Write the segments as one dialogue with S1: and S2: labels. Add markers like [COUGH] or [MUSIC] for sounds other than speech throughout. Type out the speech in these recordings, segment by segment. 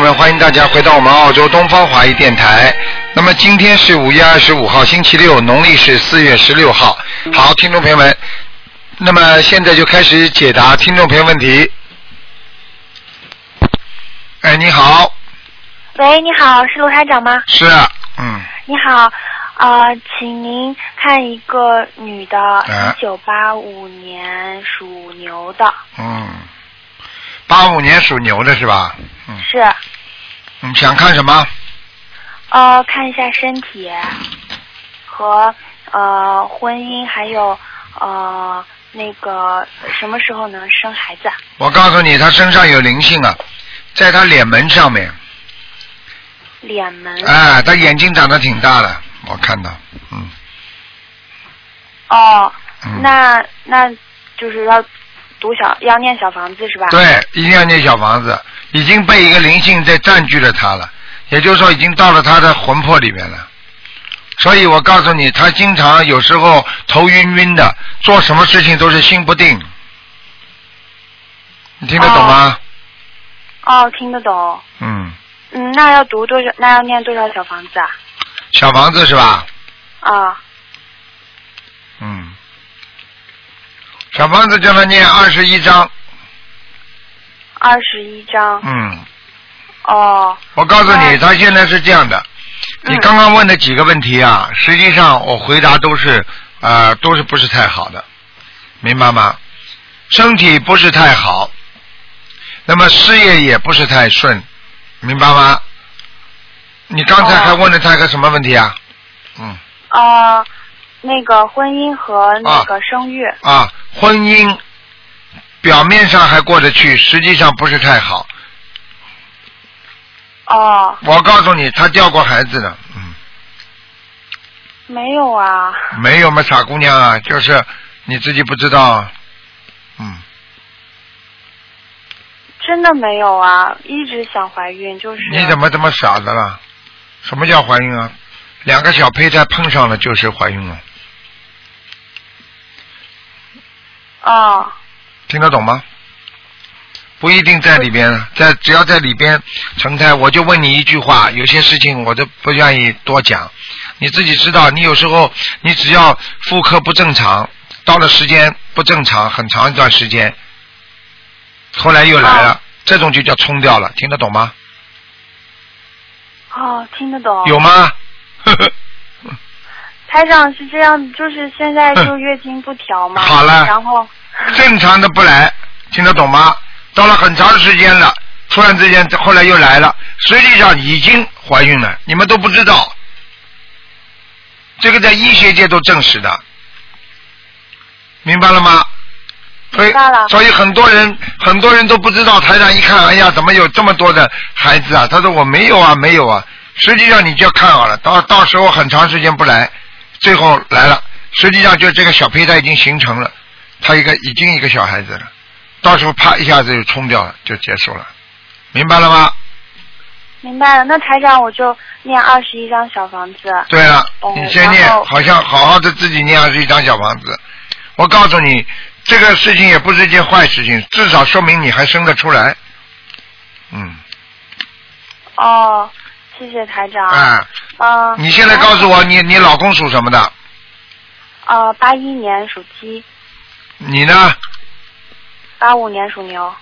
S1: 们，欢迎大家回到我们澳洲东方华语电台。那么今天是五月二十五号，星期六，农历是四月十六号。好，听众朋友们，那么现在就开始解答听众朋友问题。哎，你好，
S2: 喂，你好，是卢台长吗？
S1: 是，嗯，
S2: 你好，呃，请您看一个女的，
S1: 啊
S2: 一九八五年属牛的，
S1: 嗯，八五年属牛的是吧？嗯，
S2: 是，
S1: 你想看什么？
S2: 呃，看一下身体和呃婚姻，还有呃那个什么时候能生孩子啊？
S1: 我告诉你，他身上有灵性啊，在他脸门上面，
S2: 脸门
S1: 哎，他眼睛长得挺大的，我看到，嗯
S2: 哦，
S1: 嗯，
S2: 那那就是要读小要念小房子是吧？
S1: 对，一定要念小房子，已经被一个灵性在占据了他了，也就是说已经到了他的魂魄里面了。所以我告诉你，他经常有时候头晕晕的，做什么事情都是心不定。你听得懂吗？
S2: 哦，听得懂。
S1: 嗯，
S2: 嗯，那要读多少？那要念多少小房子啊？
S1: 小房子是吧？
S2: 啊，
S1: 嗯，小房子叫他念二十一章。
S2: 二十一章。
S1: 嗯，
S2: 哦，
S1: 我告诉你，
S2: 哎
S1: 他现在是这样的，
S2: 嗯
S1: 你刚刚问的几个问题啊，实际上我回答都是啊、呃都是不是太好的，明白吗？身体不是太好，那么事业也不是太顺，明白吗？你刚才
S2: 哦
S1: 还问了他个什么问题啊？嗯
S2: 呃，那个婚姻和
S1: 啊
S2: 那个生育。
S1: 啊，婚姻表面上还过得去，实际上不是太好。
S2: 哦，
S1: 我告诉你，他掉过孩子的，嗯。
S2: 没有啊。
S1: 没有嘛，傻姑娘啊，就是你自己不知道啊，嗯，
S2: 真的没有啊，一直想怀孕，就是
S1: 你怎么这么傻的啦？什么叫怀孕啊？两个小胚胎碰上了就是怀孕了，
S2: 哦
S1: 听得懂吗？不一定在里边啊，在只要在里边成胎，我就问你一句话，有些事情我都不愿意多讲，你自己知道。你有时候你只要妇科不正常，到了时间不正常，很长一段时间，后来又来了，
S2: 啊
S1: 这种就叫冲掉了，听得懂吗？
S2: 哦，听得懂。
S1: 有吗？ [LAUGHS] 呵呵
S2: 台长是这样，就是现在就月经不调嘛。
S1: 好了
S2: 然后，
S1: 正常的不来，听得懂吗？到了很长时间了，突然之间后来又来了，实际上已经怀孕了，你们都不知道。这个在医学界都证实的，明白了吗？所以
S2: 明白了，
S1: 所以很多人很多人都不知道，台长一看，哎呀，怎么有这么多的孩子啊？他说我没有啊，没有啊。实际上你就看好了，到到时候很长时间不来，最后来了，实际上就这个小胚胎已经形成了，他一个已经一个小孩子了，到时候啪一下子就冲掉了，就结束了，明白了吗？
S2: 明白了。那台长我就念二十一张小房子。
S1: 对了
S2: 哦，
S1: 你先念
S2: 然，后
S1: 好像好好的自己念二十一张小房子。我告诉你，这个事情也不是一件坏事情，至少说明你还生得出来。嗯，
S2: 哦，谢谢台长。
S1: 哎、
S2: 嗯、
S1: 你现在告诉我，你你老公属什么的？
S2: 呃，八一年属鸡，
S1: 你呢？
S2: 八五年属牛。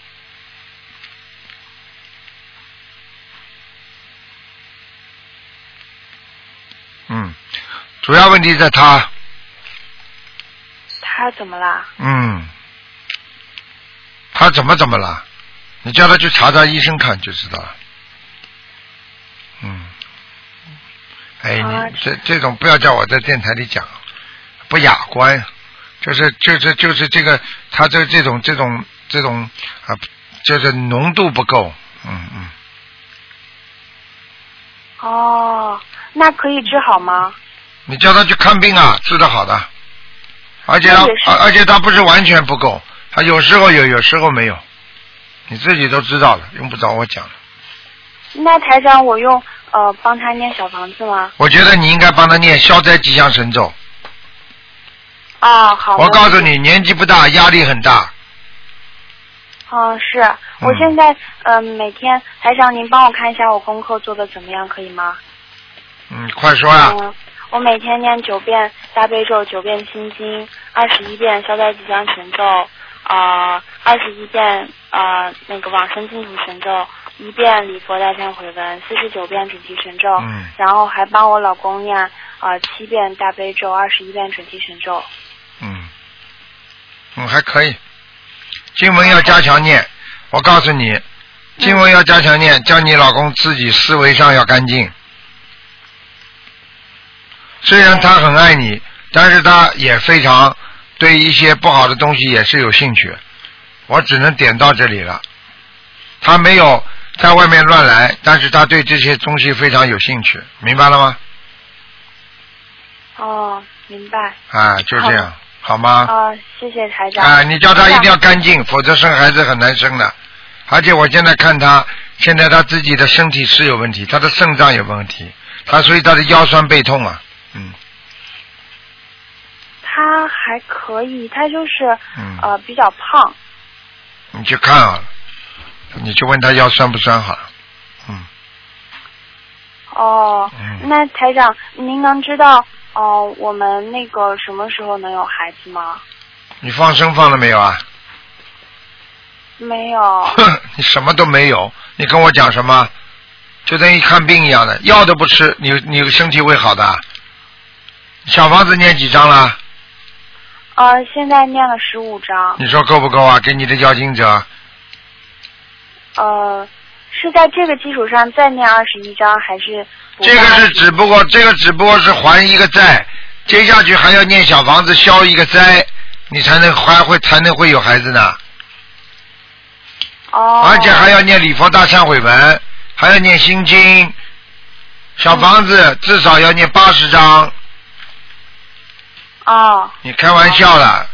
S1: 嗯，主要问题在他。
S2: 他怎么啦？
S1: 嗯，他怎么怎么了？你叫他去查查医生看就知道了。嗯，哎，
S2: 啊
S1: 你这这种不要叫我在电台里讲，不雅观。就是就是就是这个，他这这种这种这种啊，就是浓度不够。嗯嗯，
S2: 哦，那可以治好吗？
S1: 你叫他去看病啊，治得好的。而且他
S2: 那也是
S1: 而而且他不是完全不够，他有时候有，有时候没有。你自己都知道了，用不着我讲。
S2: 那台长，我用呃帮他念小房子吗？
S1: 我觉得你应该帮他念消灾吉祥神咒。
S2: 啊，好。
S1: 我告诉，你，年纪不大，压力很大，
S2: 嗯，是我现在嗯、呃每天台长，您帮我看一下我功课做的怎么样，可以吗？
S1: 嗯，快说呀、
S2: 嗯，我每天念九遍大悲咒，九遍心经，二十一遍消灾吉祥神咒，呃，二十一遍呃那个往生净土神咒，一遍礼佛大忏悔文，四十九遍准提神咒，
S1: 嗯
S2: 然后还帮我老公念呃七遍大悲咒，二十一遍准提神咒。
S1: 嗯，嗯，还可以。经文要加强念，我告诉你，经文要加强念，叫你老公自己思维上要干净。虽然他很爱你，但是他也非常对一些不好的东西也是有兴趣。我只能点到这里了。他没有在外面乱来，但是他对这些东西非常有兴趣，明白了吗？
S2: 哦，明白。
S1: 啊，就这样，好吗？
S2: 啊、谢谢台长。
S1: 啊，你叫他一定要
S2: 台长
S1: 干净，否则生孩子很难生的。而且我现在看他，现在他自己的身体是有问题，他的肾脏有问题，他所以他的腰酸背痛啊，嗯
S2: 他还可以，他就是
S1: 嗯，
S2: 呃比较胖。
S1: 你去看好了，你去问他腰酸不酸好了，嗯，
S2: 哦，
S1: 嗯
S2: 那台长，您能知道哦、呃我们那个什么时候能有孩子吗？
S1: 你放生放了没有啊？ [LAUGHS]
S2: 没有。
S1: 哼，你什么都没有，你跟我讲什么？就等于看病一样的，药都不吃，你你身体会好的啊？小房子念几张了？
S2: 呃，现在念了十五章，
S1: 你说够不够啊？给你的妖精者。
S2: 呃，是在这个基础上再念二十一章，还是不
S1: 这个
S2: 念
S1: 是只不过这个只不过是还一个债，接下去还要念小房子消一个灾，你才能还会才能会有孩子呢，
S2: 哦，
S1: 而且还要念礼佛大忏悔文，还要念心经，小房子至少要念八十章，
S2: 哦
S1: 你开玩笑了，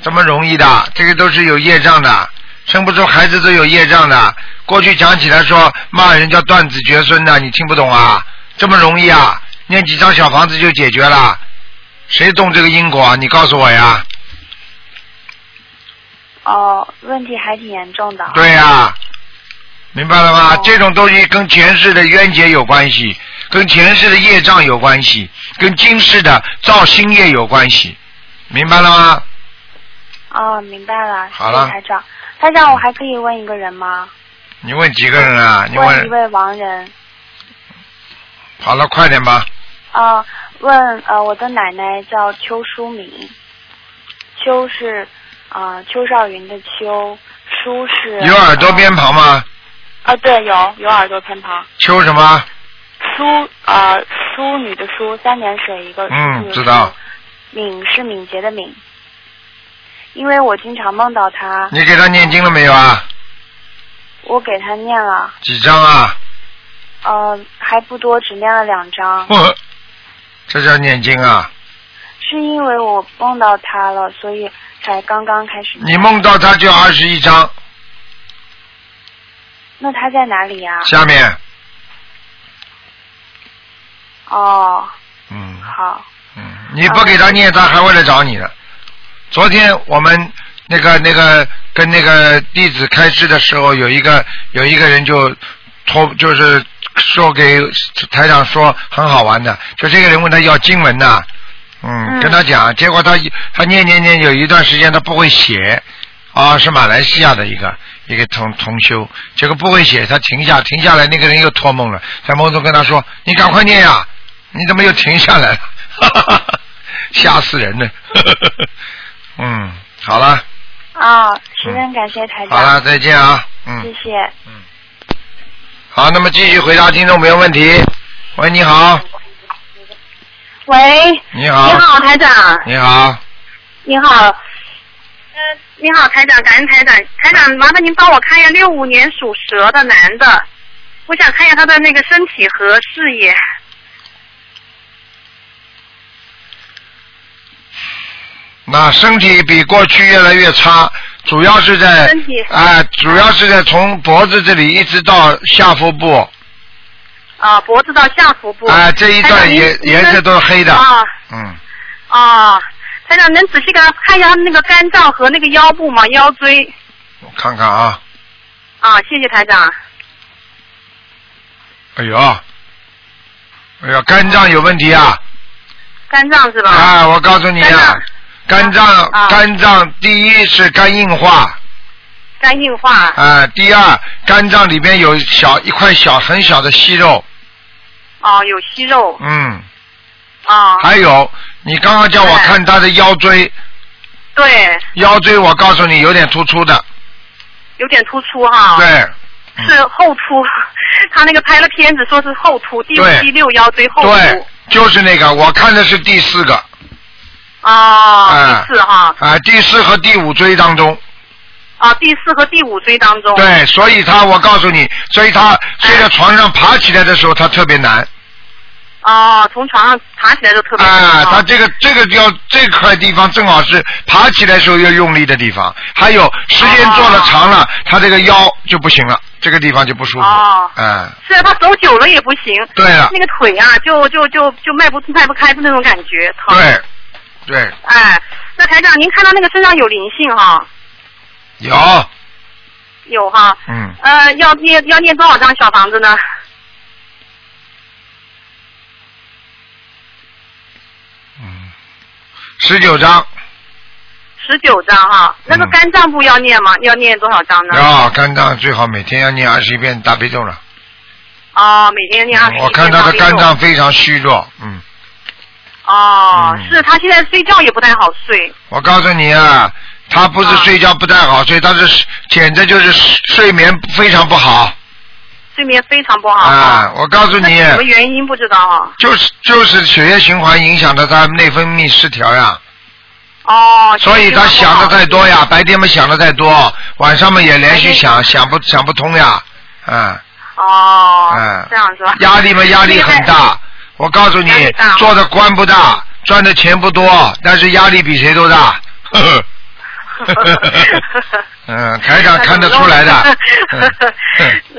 S1: 这么容易的？这个都是有业障的，生不出孩子都有业障的。过去讲起来说骂人叫断子绝孙的，你听不懂啊？这么容易啊？念几张小房子就解决了，谁懂这个因果啊？你告诉我呀？
S2: 哦，问题还挺严重的。啊
S1: 对呀、明白了吗？
S2: 哦
S1: 这种东西跟前世的冤结有关系，跟前世的业障有关系，跟今世的造新业有关系，明白了吗？
S2: 哦，明白了。
S1: 好了
S2: 谢谢台长，台长，我还可以问一个人吗？
S1: 你问几个人啊？你
S2: 问一
S1: 问
S2: 位亡人。
S1: 好了，快点吧。
S2: 呃，问呃，我的奶奶叫邱淑敏，邱是呃邱少云的邱，淑是
S1: 有耳朵偏旁吗？
S2: 呃啊，对，有有耳朵偏旁，
S1: 秋什么？
S2: 淑呃淑女的淑，三点水一个
S1: 嗯
S2: 女，
S1: 知道。
S2: 敏是敏捷的敏，因为我经常梦到她，
S1: 你给他念经了没有啊？
S2: 我给她念了，
S1: 几张啊？ [LAUGHS]
S2: 呃还不多，只念了两张，
S1: 呵，这叫念经啊！
S2: 是因为我梦到她了，所以才刚刚开始念。
S1: 你梦到他就二十一张，
S2: 那她在哪里呀、
S1: 下面，
S2: 哦，
S1: 嗯
S2: 好，
S1: 嗯，你不给他念，他还会来找你的。昨天我们那个那个跟那个弟子开示的时候，有一个有一个人就托就是说给台长说很好玩的，就这个人问他要经文呐、嗯，
S2: 嗯
S1: 跟他讲，结果他他念念念有一段时间他不会写，啊，是马来西亚的一个一个同同修，结果不会写，他停下停下来，那个人又托梦了，在梦中跟他说：“你赶快念呀、你怎么又停下来了？” [LAUGHS] 吓死人了。嗯，好了，
S2: 啊、十分感谢台
S1: 嗯好了，
S2: 长，
S1: 再见啊。
S2: 谢
S1: 嗯，
S2: 谢。
S1: 好，那么继续回答听众朋友问题。喂，你好，
S3: 喂，
S1: 你
S3: 你
S1: 好，
S3: 好，台长，
S1: 你好，
S3: 你好，呃，你好，台长，感恩台长，台长，麻烦您帮我看一下六五年属蛇的男的，我想看一下他的那个身体和事业。
S1: 那身体比过去越来越差，主要是在
S3: 身体
S1: 啊、主要是在从脖子这里一直到下腹部，啊、
S3: 啊，脖子到下腹部。
S1: 这一
S3: 台长
S1: 段
S3: 您
S1: 颜颜色都是黑的，
S3: 啊
S1: 嗯，
S3: 啊，台长，能仔细给他看一下他那个肝脏和那个腰部吗？腰椎。
S1: 我看看啊，
S3: 啊，谢谢台长。
S1: 哎呦，哎呦，肝脏有问题啊！
S3: 肝脏是吧？
S1: 啊，我告诉你啊，肝
S3: 肝
S1: 脏
S3: 脏啊
S1: 肝脏第一是肝硬化，
S3: 肝硬化。
S1: 啊，第二肝脏里边有小一块小很小的息肉，
S3: 哦，有息肉。
S1: 嗯，
S3: 哦。
S1: 还有你刚刚叫我
S3: 哎
S1: 看他的腰椎，
S3: 对，
S1: 腰椎我告诉你有点突出的，
S3: 有点突出哈。。
S1: 对，嗯
S3: 是后凸， [LAUGHS] 他那个拍了片子说是后凸，第五
S1: 对、
S3: 第六腰椎后
S1: 对
S3: 凸。，
S1: 就是那个，我看的是第四个，
S3: 哦
S1: 哎，
S3: 第四哈，
S1: 啊，第四和第五椎当中，
S3: 啊，第四和第五椎当中。。
S1: 对，所以他我告诉你，所以
S3: 哎
S1: 他睡在床上爬起来的时候，他特别难
S3: 哦，从床上爬起来就特别难
S1: 啊，
S3: 哈
S1: 他这个这个要这块地方正好是爬起来时候要用力的地方，还有时间坐了长了，他这个腰就不行了，这个地方就不舒服，
S3: 哦
S1: 嗯，
S3: 是他走久了也不行，
S1: 对了
S3: 那，个腿啊，就就就就迈不迈不开的那种感觉，疼。。
S1: 对，对，
S3: 哎，那台长，您看到那个身上有灵性哈？
S1: 有，
S3: 有哈。
S1: 嗯，
S3: 呃，要念要念多少张小房子呢？
S1: 十九章，
S3: 十九张哈。那个
S1: 嗯
S3: 肝脏部要念吗？要念多少张呢？
S1: 啊，肝脏最好每天要念二十一遍大悲咒了。
S3: 哦，每天念二十一
S1: 我看他
S3: 张
S1: 的
S3: 左右
S1: 肝脏。非常虚弱，嗯，
S3: 哦，
S1: 嗯
S3: 是他现在睡觉也不太好睡。
S1: 我告诉你啊，他不是
S3: 啊
S1: 睡觉不太好睡，他是简直就是睡眠非常不好
S3: 睡眠非常不好
S1: 啊！
S3: 哈，
S1: 我告诉
S3: 那
S1: 你
S3: 是，什么原因不知道哈？ [LAUGHS]
S1: 就是就是血液循环影响到他内分泌失调呀，
S3: 哦，
S1: 所以他想的太多
S3: 呀。
S1: 呀，白天嘛想的太多，晚上嘛也连续
S3: 白
S1: 想，
S3: 天
S1: 想不想不通呀，嗯，
S3: 哦，
S1: 嗯
S3: 这样是吧？
S1: 压力嘛压力很
S4: [LAUGHS]
S1: 大，我告诉你
S3: 压力大，
S1: 做的官不大，赚的钱不多，但是压力比谁都大。 [LAUGHS] 呵呵嗯， [LAUGHS] 台长看得出来的。嗯嗯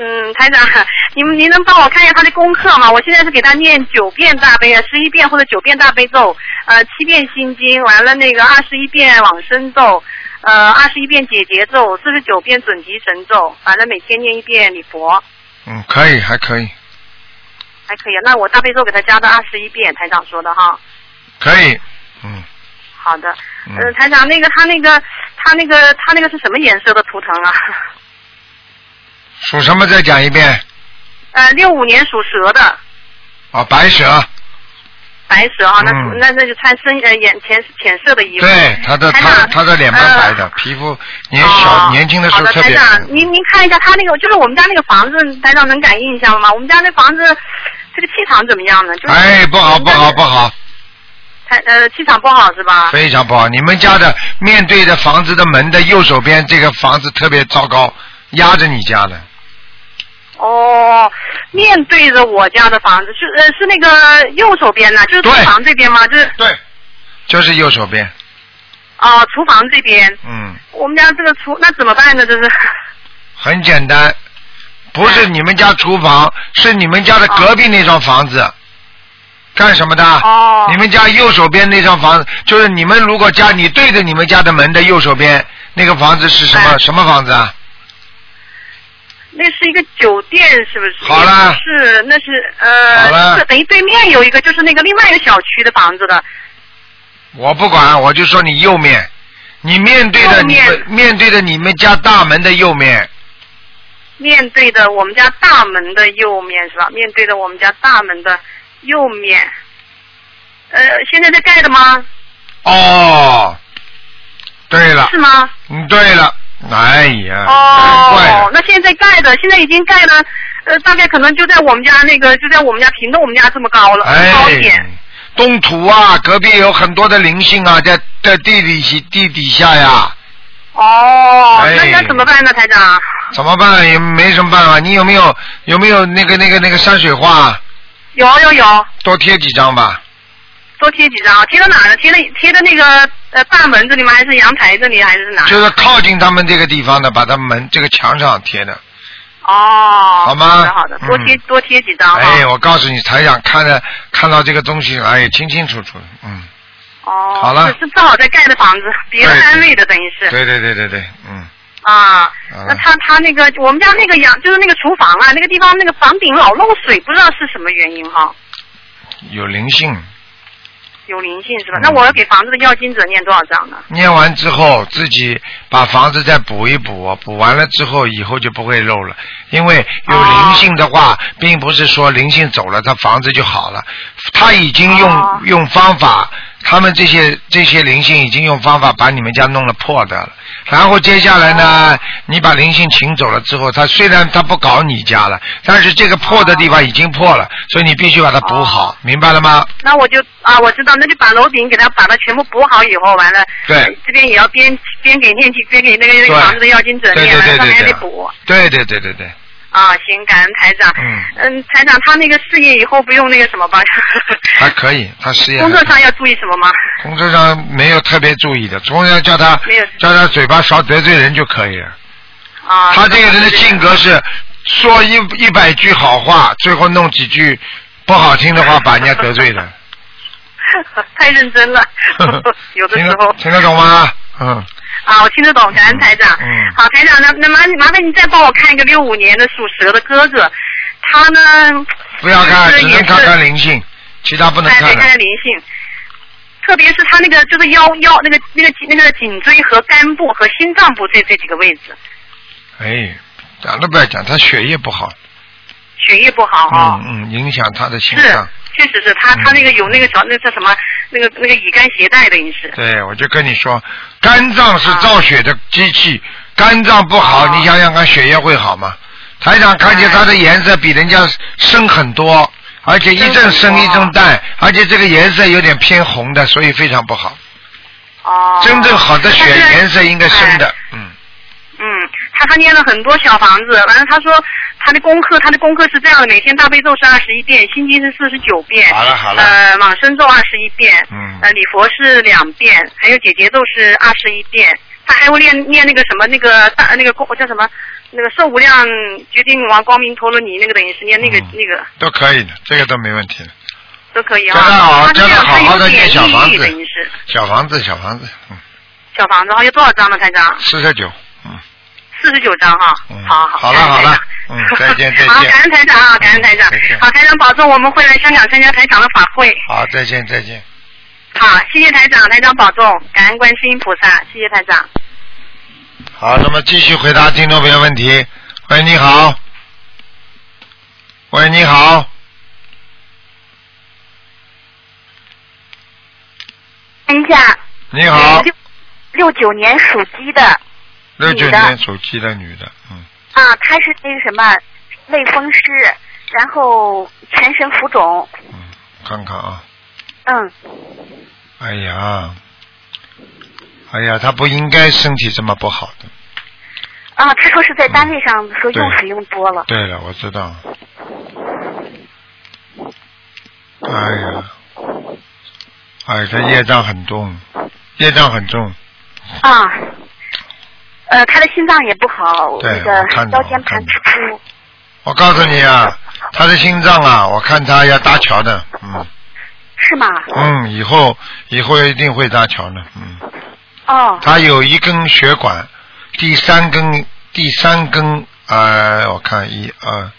S3: [LAUGHS] 嗯，台长，您您能帮我看一下他的功课吗？我现在是给他念九遍大悲啊，十一遍或者九遍大悲咒，呃，七遍心经，完了那个二十一遍往生咒，呃，二十一遍解结咒，四十九遍准提神咒，反正每天念一遍礼佛，
S1: 嗯，可以，还可以，
S3: 还可以。啊那我大悲咒给他加到二十一遍，台长说的哈。
S1: 可以，嗯
S3: 好的，
S1: 嗯
S3: 呃，台长，那个他那个他那个他那个是什么颜色的图腾啊？ [LAUGHS]
S1: 属什么？再讲一遍
S3: 呃，六五年属蛇的。
S1: 啊，白蛇，
S3: 白蛇啊，那、
S1: 嗯
S3: 那那就穿深呃眼浅浅色的衣服。
S1: 对，他的
S3: 台
S1: 他
S3: 长
S1: 他的脸蛮白的
S3: 呃，
S1: 皮肤年小
S3: 哦
S1: 年轻的时候
S3: 好
S1: 特
S3: 台
S1: 别。
S3: 长，您您看一下他那个，就是我们家那个房子，台长能感应一下吗？我们家那房子这个气场怎么样呢？就是
S1: 哎，不好不好不好，
S3: 嗯台呃气场不好是吧？
S1: 非常不好。你们家的面对着房子的门的右手边，这个房子特别糟糕，压着你家的。
S3: 哦，面对着我家的房子是呃是那个右手边呢，就是厨
S1: 对
S3: 房这边吗？就是
S1: 对，就是右手边。
S3: 哦、厨房这边，
S1: 嗯，
S3: 我们家这个厨那怎么办呢？这是
S1: 很简单，不
S3: 嗯
S1: 是你们家厨房，是你们家的隔壁那幢房子。干什么的？
S3: 哦
S1: 你们家右手边那幢房子，就是你们如果家你对着你们家的门的右手边那个房子是什么、
S3: 哎
S1: 什么房子啊？
S3: 那是一个酒店，是不是？
S1: 好了
S3: 是，那是
S1: 好了
S3: 呃，是等于对面有一个，就是那个另外一个小区的房子的。
S1: 我不管，我就说你右面，你面对着
S3: 右
S1: 你
S3: 面
S1: 们面对着你们家大门的右面，
S3: 面对着我们家大门的右面是吧？面对着我们家大门的右面。呃，现在在盖的吗？
S1: 哦，对了
S3: 是，吗？
S1: 嗯，对了，哎呀，难怪了
S3: 哦，那现在盖的，现在已经盖了，呃，大概可能就在我们家那个，就在我们家平到我们家这么高了，高一点。
S1: 哎，动土啊，隔壁有很多的灵性啊，在在地底下地底下呀，
S3: 哦，那
S1: 哎
S3: 那怎么办呢，台长？
S1: 怎么办？也没什么办法。你有没有有没有那个那个那个山水画啊？
S3: 有有有。
S1: 多贴几张吧。
S3: 多贴几张，啊贴到哪儿呢？贴在贴在那个呃大门这里吗？还是阳台这里？还是哪儿？
S1: 就是靠近他们这个地方的，把他们门这个墙上贴的。
S3: 哦，
S1: 好吗
S3: 好的，好的，
S1: 嗯
S3: 多贴、多贴几张哈。啊
S1: 哎，我告诉你，台长看了看到这个东西，哎，清清楚楚的，嗯，
S3: 哦，
S1: 好了
S3: 是是正好在盖的房子，别的
S1: 对
S3: 单位的等于是。
S1: 对对对对对，嗯，
S3: 啊
S1: 啊，
S3: 那他他那个我们家那个阳就是那个厨房啊，那个地方那个房顶老漏水，不知道是什么原因哈，
S1: 有灵性。
S3: 有灵性是吧
S1: 嗯？
S3: 那我要给房子的要金者念多少张呢？
S1: 念完之后，自己把房子再补一补，补完了之后，以后就不会漏了。因为有灵性的话，
S3: 哦
S1: 并不是说灵性走了，他房子就好了。他已经用、
S3: 哦
S1: 用方法，他们这些这些灵性已经用方法把你们家弄了破的了。然后接下来
S3: 哦
S1: 呢，你把灵性请走了之后，他虽然他不搞你家了，但是这个破的地方已经破了，所以你必须把它补好，
S3: 哦
S1: 明白了吗？
S3: 那我就啊，我知道，那就把楼顶给它把它全部补好以后，完了，
S1: 对，
S3: 这边也要边边给念经，边给那个
S1: 对
S3: 房子的要金者
S1: 对对
S3: 念，完了
S1: 对
S3: 上面还
S1: 对
S3: 得
S1: 对
S3: 补。，
S1: 对对对对对，
S3: 啊，行，感恩台长。
S1: 嗯。
S3: 嗯，台长，他那个事业以后不用那个什么吧？
S1: 还可以，他事业还
S3: [LAUGHS] 工
S1: 可以。
S3: 作上要注意什
S1: [LAUGHS]
S3: 么吗？
S1: 工作上没有特别注意的，从要叫他
S3: 没有
S1: 叫他嘴巴少得罪人就可以了。
S3: 啊，
S1: 他这个人的性格是说一一百句好话，最后弄几句不好听的话，把人家得罪了。，
S3: 太认真了有的
S1: 听
S3: 时
S1: 得
S3: 候
S1: 听得懂吗？嗯，
S3: 啊，我听得懂，感恩台长。
S1: 嗯
S3: 好，台长，那那麻麻烦你再帮我看一个六五年的属蛇的哥哥，他呢？
S1: 不要看，
S3: 就是
S1: 只能
S3: 也
S1: 看
S3: 是
S1: 看灵性，其他不能
S3: 哎，对，
S1: 看
S3: 看
S1: 了。
S3: 看灵性。特别是他那个就是腰腰那个那个那个颈椎和肝部和心脏部这这几个位置，
S1: 哎，讲都不要讲，他血液不好，
S3: 血液不好啊、
S1: 嗯嗯，影响他的心
S3: 是
S1: 脏。，
S3: 确实是他，他
S1: 嗯
S3: 那个有那个小那叫什么，那个那个乙肝携带的饮食。
S1: 对，我就跟你说，肝脏是
S3: 啊
S1: 造血的机器，肝脏不好，
S3: 哦
S1: 你想想看，血液会好吗？台长看见
S3: 哎
S1: 它的颜色比人家深很多，而且一阵深一阵淡，而且这个颜色有点偏红的，所以非常不好。
S3: 哦。
S1: 真正好的血
S3: 但是
S1: 颜色应该深的
S3: 哎，
S1: 嗯，
S3: 嗯，他他念了很多小房子，完了他说他的功课，他的功课是这样的：每天大悲咒是二十一遍，心经是四十九遍，
S1: 好了好了
S3: 呃，往生咒二十一遍，
S1: 嗯
S3: 呃，礼佛是两遍，还有解结咒是二十一遍。他还会念念那个什么那个大那个功叫什么那个受无量决定王光明陀罗尼那个等于是念那个、
S1: 嗯
S3: 那个
S1: 都可以的，这个都没问题的。
S3: 都可以
S1: 叫他
S3: 啊
S1: 好，。
S3: 这
S1: 叫他
S3: 样
S1: 好好的
S3: 有点
S1: 念小房
S3: 意义
S1: 子
S3: 等于是，
S1: 小房子，小房子，嗯，
S3: 小房子哈，要多少张呢，台长？
S1: 四十九，嗯，
S3: 四十九张哈
S1: 嗯，
S3: 好好，
S1: 好了好了嗯
S3: 感恩台长
S1: 再见再见
S3: 哎好，感恩台长啊，感恩台长
S1: 再见，
S3: 好，台长保重，我们会来香港参加台长的法会，
S1: 好，再见再见。
S3: 好，谢谢台长，台长保重，感恩观世音菩萨，谢谢台长。
S1: 好，那么继续回答听众朋友问题。喂，你好。喂，你好。
S5: 看一下，
S1: 你好，
S5: 六六九年属鸡的
S1: 六九
S5: 女的
S1: 年属鸡的女的，嗯，
S5: 啊，她是那个什么类风湿，然后全身浮肿，
S1: 看看啊，
S5: 嗯，
S1: 哎呀，哎呀，她不应该身体这么不好的。
S5: 啊，她说是在单位上说用
S1: 对
S5: 水用多了，
S1: 对了，我知道。哎呀，哎，她业障很重，业障很重，
S5: 啊，呃，她的心脏也不好，
S1: 对
S5: 那
S1: 我看
S5: 个
S1: 到
S5: 腰间盘
S1: 我看
S5: 突出，
S1: 我告诉你啊，他的心脏啊，我看他要搭桥的，嗯
S5: 是吗？
S1: 嗯，以后以后一定会搭桥的，嗯，
S5: 哦，
S1: 他有一根血管，第三根第三根呃，我看一二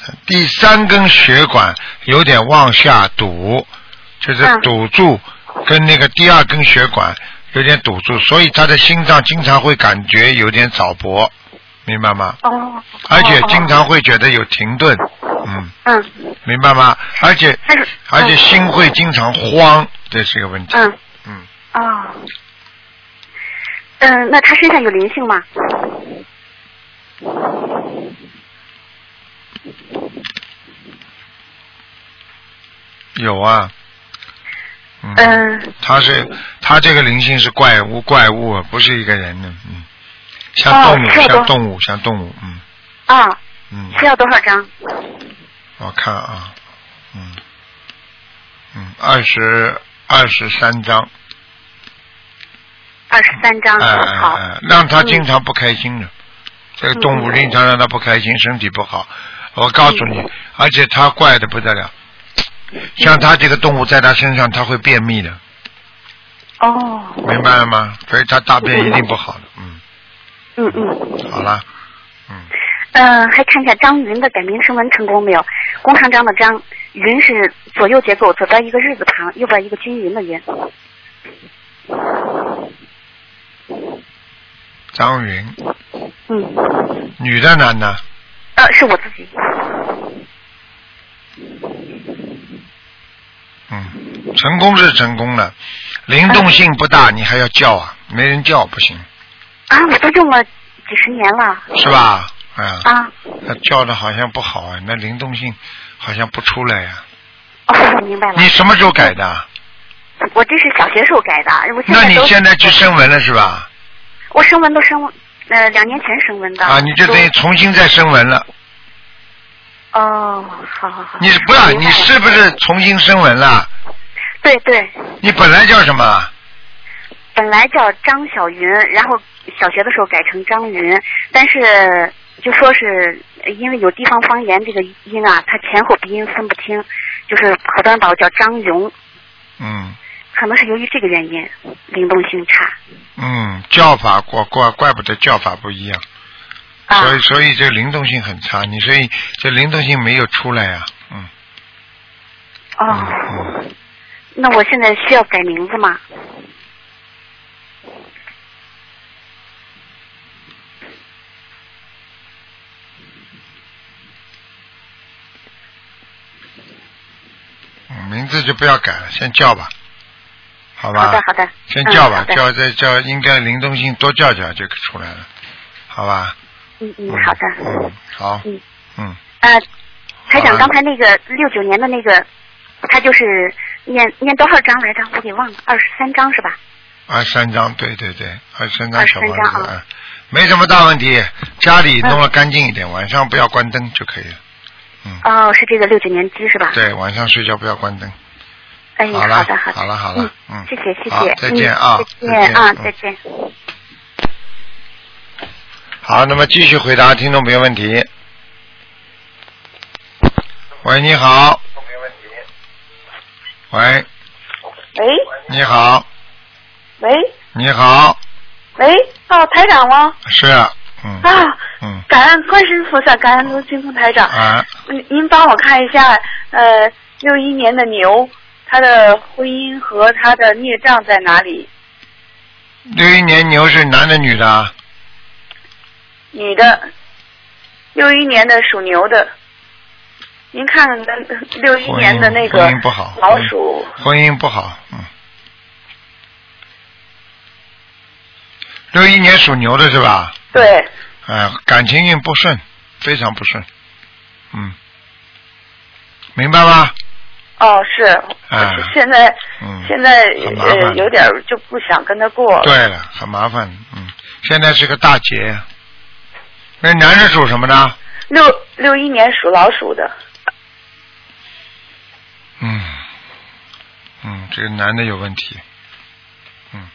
S1: 三，第三根血管有点往下堵，就是
S5: 嗯
S1: 堵住，跟那个第二根血管有点堵住，所以他的心脏经常会感觉有点早搏，明白吗？
S5: 哦，
S1: 而且
S5: 哦
S1: 经，常会觉得有停顿，嗯。
S5: 嗯，
S1: 明白吗？而且
S5: 但是，
S1: 而且心会经常慌，这是个问题。
S5: 嗯，
S1: 嗯，
S5: 哦，嗯，那她身上有灵性吗？
S1: 有啊。嗯。
S5: 嗯，
S1: 他是他这个灵性是怪物，怪物啊不是一个人的，嗯，像
S5: 哦
S1: 动物，
S5: 这个
S1: 像动物，像动物，嗯
S5: 啊，
S1: 嗯，
S5: 需要多少张？
S1: 我看啊，嗯嗯，二十二十三章，
S5: 二十三张，
S1: 哎哎
S5: 好，
S1: 哎，让他经常不开心的，这个动物
S5: 嗯
S1: 经常让他不开心，身体不好。我告诉你，而且他怪的不得了，像他这个动物在他身上，他会便秘的，
S5: 哦，
S1: 明白了吗？所以他大便一定不好的，嗯，
S5: 嗯嗯。
S1: 好了，嗯，
S5: 呃，还看一下张云的改名声纹成功没有？工长张的张，云是左右结构，左边一个日字旁，右边一个均匀的匀。
S1: 张云，
S5: 嗯，
S1: 女的男的？
S5: 呃，是我自己。
S1: 嗯，成功是成功了，灵动性不
S5: 嗯
S1: 大，你还要叫啊？没人叫不行，
S5: 啊，我都用了几十年了。
S1: 是吧？啊，
S5: 啊，
S1: 那叫的好像不好啊，那灵动性好像不出来呀、
S5: 哦，我明白了。
S1: 你什么时候改的啊？
S5: 我这是小学时候改的，我现
S1: 那
S5: 在
S1: 你
S5: 都
S1: 现在去升文了是吧？
S5: 我声纹都声纹，呃，两年前声纹的。
S1: 啊，你就等于
S5: 都
S1: 重新再升文了。
S5: 哦，好好好。
S1: 你是不要，
S5: 明白
S1: 你
S5: 了
S1: 是不是重新升文了？
S5: 对对，
S1: 你本来叫什么？
S5: 本来叫张小云，然后小学的时候改成张云，但是就说是因为有地方方言这个音啊，它前后鼻音分不清，就是好多人把我叫张云，
S1: 嗯
S5: 可能是由于这个原因，灵动性差。
S1: 嗯，叫法怪怪怪不得叫法不一样，
S5: 啊
S1: 所以所以这灵动性很差，你所以这灵动性没有出来呀、嗯
S5: 哦，
S1: 嗯嗯，
S5: 那我现在需要改名字吗？
S1: 嗯名字就不要改了，先叫吧，好吧？
S5: 好的好的，
S1: 先叫吧，
S5: 嗯好
S1: 叫
S5: 的
S1: 再叫，应该灵动性多叫叫就出来了，好吧？
S5: 嗯嗯
S1: 嗯，，
S5: 好的。
S1: 嗯，好，
S5: 嗯
S1: 嗯，
S5: 呃，台
S1: 好
S5: 长，
S1: 啊
S5: 刚才那个六九年的那个，他就是念念多少章来着？我给忘了，二十三章是吧？
S1: 二十三张，对对对，二十三张小
S5: 23张嗯
S1: 房
S5: 啊
S1: 子，嗯，没什么大问题，家里弄得干净一点，晚上不要关灯就可以了。嗯，
S5: 哦，是这个六九年鸡是吧？。
S1: 对，晚上睡觉不要关灯。
S5: 哎，
S1: 好了
S5: 好的好的，
S1: 好了好了嗯
S5: 谢谢谢
S1: 好
S5: 谢，
S1: 再见啊
S5: 嗯再
S1: 再
S5: 见
S1: 见
S5: 啊，
S1: 嗯
S5: 再见。
S1: 好，那么继续回答听众朋友问题。喂，你好。喂，
S4: 喂
S1: 你好，
S4: 喂
S1: 你好，
S4: 喂，哦，台长吗？
S1: 是，嗯
S4: 啊，
S1: 嗯
S4: 感恩观世音菩萨，感恩卢金凤台长。
S1: 啊，
S4: 您您帮我看一下，呃，六一年的牛，他的婚姻和他的孽障在哪里？
S1: 六一年牛是男的女的啊？
S4: 女的，六一年的属牛的，您看看那 [LAUGHS] 六一
S1: 婚
S4: 年
S1: 姻
S4: 的那个
S1: 婚姻不好，
S4: 老
S1: 婚姻
S4: 鼠，
S1: 婚姻不好，嗯。六一年属牛的是吧？
S4: 对，
S1: 哎、感情运不顺，非常不顺，嗯，明白吗？
S4: 哦是， [LAUGHS]
S1: 啊
S4: 现在
S1: 嗯
S4: 现在
S1: 很麻烦
S4: 呃有点儿就不想跟他过了。
S1: 对了，很麻烦，嗯，现在是个大劫。那男的属什么呢？
S4: 六六一年属老鼠的，
S1: 嗯，嗯，这个男的有问题，嗯，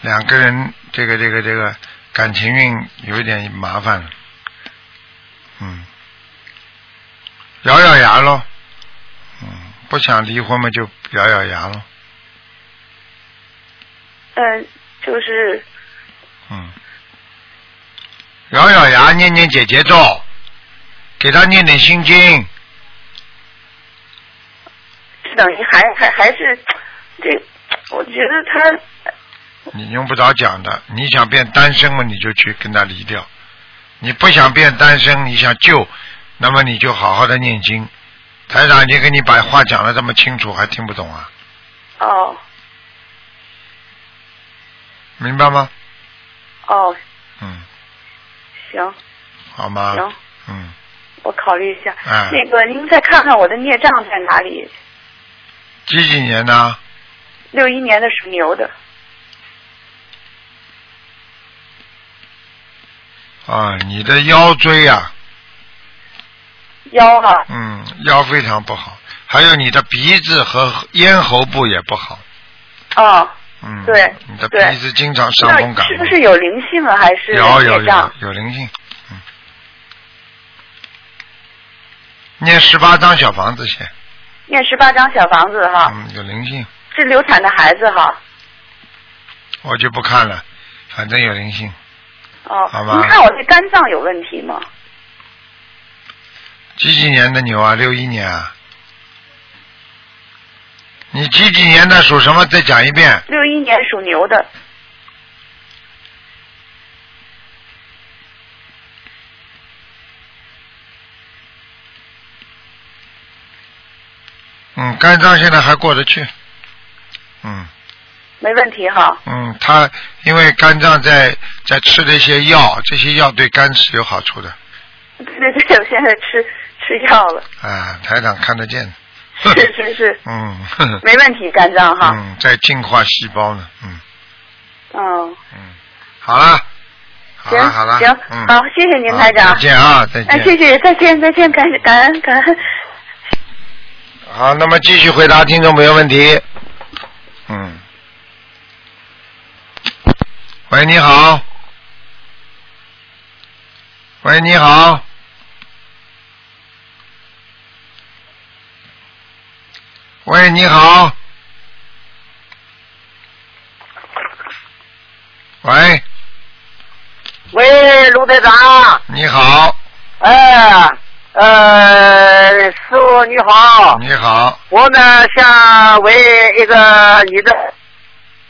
S1: 两个人这个这个这个感情运有一点麻烦了，嗯，咬咬牙喽，嗯，不想离婚嘛就咬咬牙喽，
S4: 嗯、就是
S1: 嗯，咬咬牙念念姐姐咒，给他念点心经，
S4: 等于还还还是这，我觉得他
S1: 你用不着讲的。你想变单身嘛，你就去跟他离掉；你不想变单身，你想救，那么你就好好的念经。台长已经跟你把话讲的这么清楚，还听不懂啊？
S4: 哦
S1: 明白吗？
S4: 哦
S1: 嗯，
S4: 行
S1: 好吗？
S4: 行，
S1: 嗯，
S4: 我考虑一下。
S1: 哎
S4: 那个您再看看我的孽障在哪里？
S1: 几几年呢？
S4: 六一年的属牛的，
S1: 啊，你的腰椎啊，
S4: 腰哈、
S1: 嗯，腰非常不好，还有你的鼻子和咽喉部也不好，
S4: 啊，哦，
S1: 嗯，
S4: 对
S1: 你的
S4: 对
S1: 鼻子经常伤风
S4: 那
S1: 感
S4: 是
S1: 冒
S4: 不，是有灵性啊？还是
S1: 有有
S4: 孽障
S1: 有？有灵性，嗯，念十八张小房子先，
S4: 念十八张小房子哈，
S1: 嗯，有灵性，
S4: 是流产的孩子哈。
S1: 我就不看了，反正有灵性，
S4: 哦，
S1: 好吧
S4: 您看我这肝脏有问题吗？
S1: 几几年的牛啊？六一年啊？你几几年的属什么？再讲一遍。
S4: 六一年属牛的，
S1: 嗯，肝脏现在还过得去。嗯
S4: 没问题
S1: [LAUGHS]
S4: 哈。
S1: 嗯，他因为肝脏在在吃的一些药，这些药对肝是有好处的。
S4: 对对对，我现在吃吃药了，
S1: 啊，台长看得见。
S4: 是是是，
S1: 嗯，呵呵
S4: 没问题，肝脏哈。
S1: 嗯，在净化细胞呢。嗯
S4: 嗯，
S1: 嗯，好了，好
S4: 行
S1: 了好了，
S4: 行，
S1: 嗯，
S4: 好，谢谢您，台
S1: 好
S4: 长
S1: 再。见啊，再
S4: 哎，谢
S1: 见。
S4: 谢，再见，再见，感感恩感恩。
S1: 好，那么继续回答听众朋友问题。嗯，喂，你好。喂，你好。喂，你好。喂，
S6: 喂，卢队长，
S1: 你好，
S6: 哎，呃，师傅你好，
S1: 你好，
S6: 我呢想为一个你的，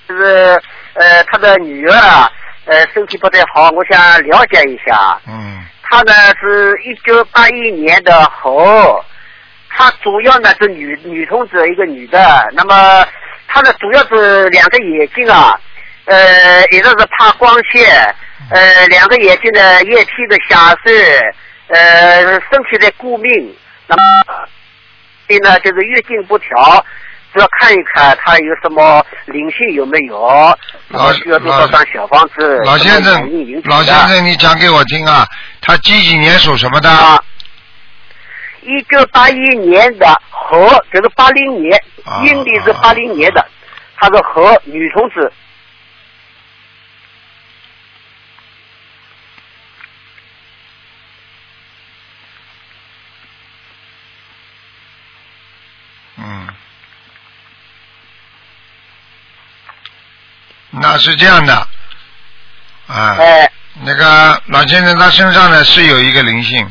S6: 就是呃他的女儿，呃身体不太好，我想了解一下。
S1: 嗯，
S6: 她呢是一九八一年的猴，她主要呢是女女同志一个女的，那么她呢主要是两个眼睛啊，呃一个是怕光线，
S1: 嗯
S6: 呃两个眼睛呢夜天的下垂，呃身体在顾命，那么所以呢就是月经不调。主要看一看她有什么灵性有没有，那
S1: 老
S6: 么需要多少张小房子？
S1: 啊老先
S6: 什么原因
S1: 生
S6: 引，起
S1: 老
S6: 的
S1: 先生，你讲给我听啊，他几几年属什么的？
S6: 啊，一九八一年的猴，就是八零年
S1: 啊，
S6: 阴历是八零年的，她是猴女同志，
S1: 嗯，那是这样的，啊，
S6: 哎，
S1: 那个老先生他身上呢是有一个灵性，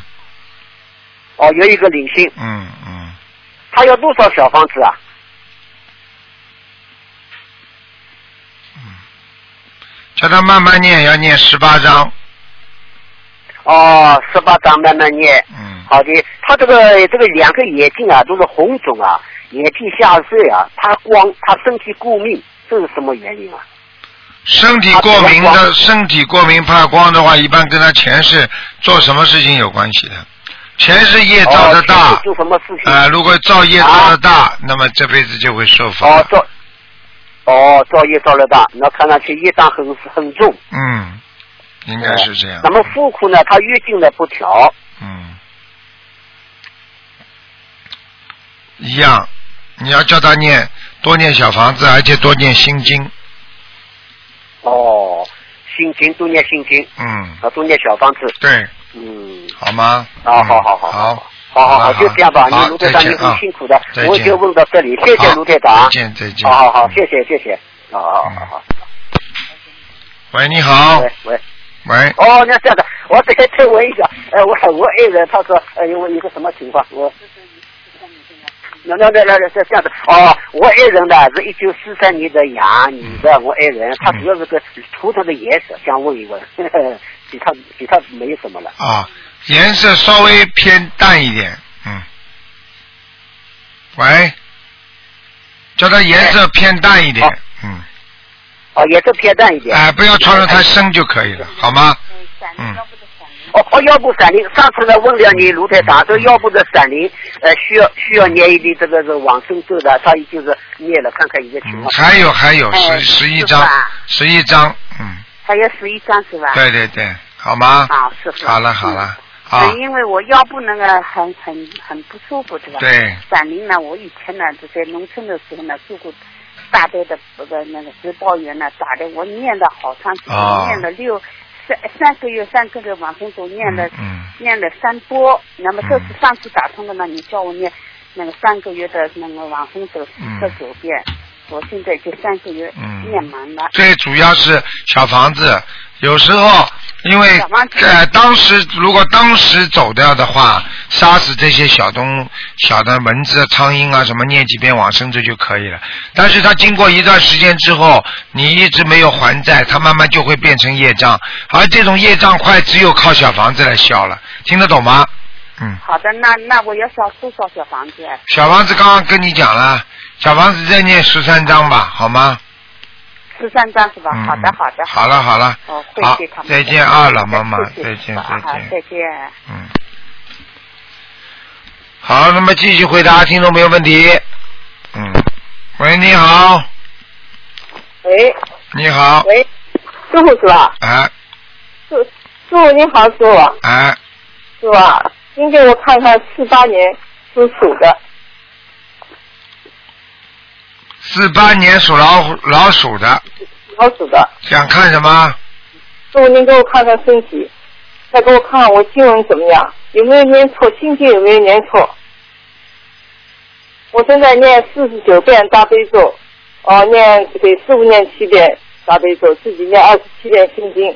S6: 哦，有一个灵性，
S1: 嗯嗯，
S6: 她要多少小房子啊？
S1: 叫他慢慢念，要念十八章，
S6: 哦，十八张慢慢念。
S1: 嗯
S6: 好的，她这个这个两个眼睛啊都是红肿啊，眼睛下垂啊，她光她身体过敏，这是什么原因啊？
S1: 身体过敏
S6: 啊
S1: 的身体过敏怕光的话，一般跟他前世做什么事情有关系的，前世业造的大，
S6: 哦、做什么事情？
S1: 啊、如果造业造的大，那么这辈子就会受罚。
S6: 啊哦，造，哦，造业造了大，那看上去业障很很重。
S1: 嗯，应该是这样。
S6: 那么妇科呢，它月经呢不调，
S1: 嗯，一样，你要叫他念多念小房子，而且多念心经。
S6: 哦，心经多念心经，
S1: 嗯，
S6: 啊，多念小方子，
S1: 对，
S6: 嗯，
S1: 好吗？
S6: 啊，
S1: 嗯
S6: 好好
S1: 好，
S6: 好，好好
S1: 好
S6: 好，就这样吧，
S1: 好
S6: 你卢队长
S1: 再
S6: 你
S1: 见啊
S6: 很辛苦的
S1: 再，见
S6: 我就问到这里，谢谢
S1: 好
S6: 卢队长，
S1: 再见再见。
S6: 好好好，
S1: 嗯
S6: 谢谢谢谢，好好好好
S1: 喂，你
S6: 好，
S1: 好
S6: 喂，喂。
S1: 喂，
S6: 哦，那这样的，我再再问一下，呃，我我爱人他说，呃，我有个什么情况？我，那那那那那这样子，哦，我爱人呢是一九四三年的羊，女的，我爱人，她主要是个图腾的颜色，想问一问， [LAUGHS] 呵呵其他其他没有什么了。
S1: 啊，颜色稍微偏淡一点，嗯。喂，叫他颜色偏淡一点
S6: 好，
S1: 嗯，
S6: 哎哦，颜色偏淡一点。哎
S1: 哎、不要穿的太深就可以了，好吗？嗯，
S6: 哦哦，腰部闪灵，上次呢问了你卢台长，这腰部的闪灵，呃，需要需要念一点这个是往生咒的，他就是念了，看看一个情
S1: 嗯，
S6: 况。
S1: 还有还有
S5: 哎
S1: 十十一
S5: 是
S1: 张
S5: 吧，
S1: 十一张，嗯，
S5: 还有十一张是
S6: 啊
S5: 吧？
S1: 对对对，好吗？
S5: 啊，师傅。
S1: 好了好了，啊
S5: 嗯，因为我腰部那个很很很不舒服，是吧？。
S1: 对，
S5: 闪灵呢，我以前呢就在农村的时候呢做过大队的那个那个植保员呢打的，我念了好长时间，
S1: 哦
S5: 念了六三三个月三个月往生咒念了、
S1: 嗯嗯
S5: 念了三波，那么这次
S1: 嗯
S5: 上次打通了呢，你叫我念那个三个月的那个往生咒四十九遍。佛，现在这三个月
S1: 嗯
S5: 念忙了。
S1: 最主要是小房子，有时候因为
S5: 小房子
S1: 呃当时如果当时走掉的话，杀死这些小东小的蚊子、苍蝇啊什么，念几遍往生咒就可以了。但是它经过一段时间之后，你一直没有还债，它慢慢就会变成业障，而这种业障快只有靠小房子来消了，听得懂吗？嗯。
S5: 好的，那那我要烧多少小房子？
S1: 小房子刚刚跟你讲了，小房子再念十三章吧，好吗？
S5: 十三张是吧？
S1: 嗯
S5: 好的，好的。
S1: 好了好了，
S5: 哦，会
S1: 好
S5: 给他，们的。
S1: 再见啊，老妈妈，
S5: 谢谢
S1: 再见
S5: 啊
S1: 再
S5: 好
S1: 见，
S5: 再见。
S1: 嗯。好，那么继续回答听众朋友问题。嗯，喂，你好，
S7: 喂
S1: 你好，
S7: 喂，师傅是吧？
S1: 哎
S7: 师傅您好，师傅，
S1: 哎，
S7: 师傅啊，您给我看看四八年属鼠的
S1: 四八年属老虎老鼠的，
S7: 老鼠的，
S1: 想看什么？
S7: 师傅您给我看看身体，再给我看看我经文怎么样，有没有念错，经经有没有念错？我正在念四十九遍大悲咒，哦、念给师傅念七遍大悲咒，自己念二十七遍心经，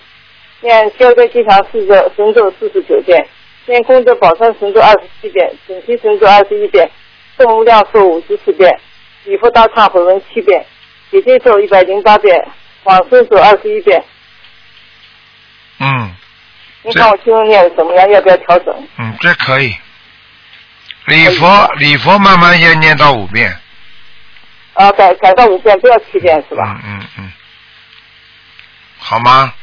S7: 念消灾吉祥四咒神咒四十九遍，念功德宝山神咒二十七遍，准提神咒二十一遍，动无量寿五十四遍，礼佛大忏悔文七遍，姐姐咒一百零八遍，往生咒二十一遍。
S1: 嗯
S7: 你看我经文念的怎么样？要不要调整？
S1: 嗯，这可以。礼佛礼佛慢慢要念到五遍，
S7: 啊，改改到五遍，不要七遍是吧？
S1: 嗯嗯嗯，好吗？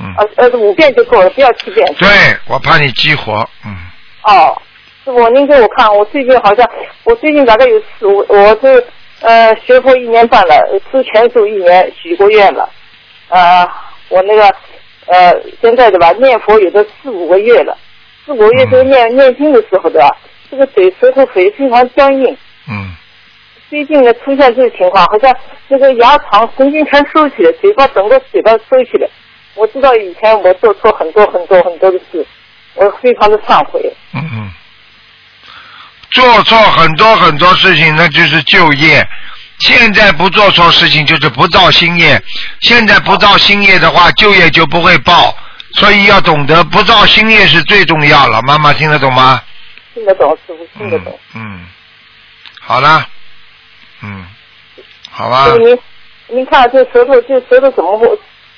S1: 嗯，
S7: 啊，呃，五遍就够了，不要七遍。
S1: 对，我怕你激活，嗯，
S7: 哦，师傅，您给我看，我最近好像，我最近大概有四五，我这呃学佛一年半了，吃全素一年，许过愿了，呃，我那个呃现在的吧，念佛有的四五个月了，四五个
S1: 嗯
S7: 月都念、念经的时候的吧，这个嘴舌头非非常僵硬，
S1: 嗯，
S7: 最近呢出现这个情况，好像那个牙床神经全收起来，嘴巴整个嘴巴收起来。我知道以前我做错很多很多很多的事，我非常的忏悔。
S1: 嗯嗯，做错很多很多事情，那就是就业。现在不做错事情，就是不造新业。现在不造新业的话，就业就不会报。所以要懂得不造新业是最重要了。妈妈听得懂吗？
S7: 听得懂师傅，听得
S1: 嗯
S7: 懂。
S1: 嗯，好了，嗯，好吧
S7: 师，傅您您看这舌头这舌头怎么会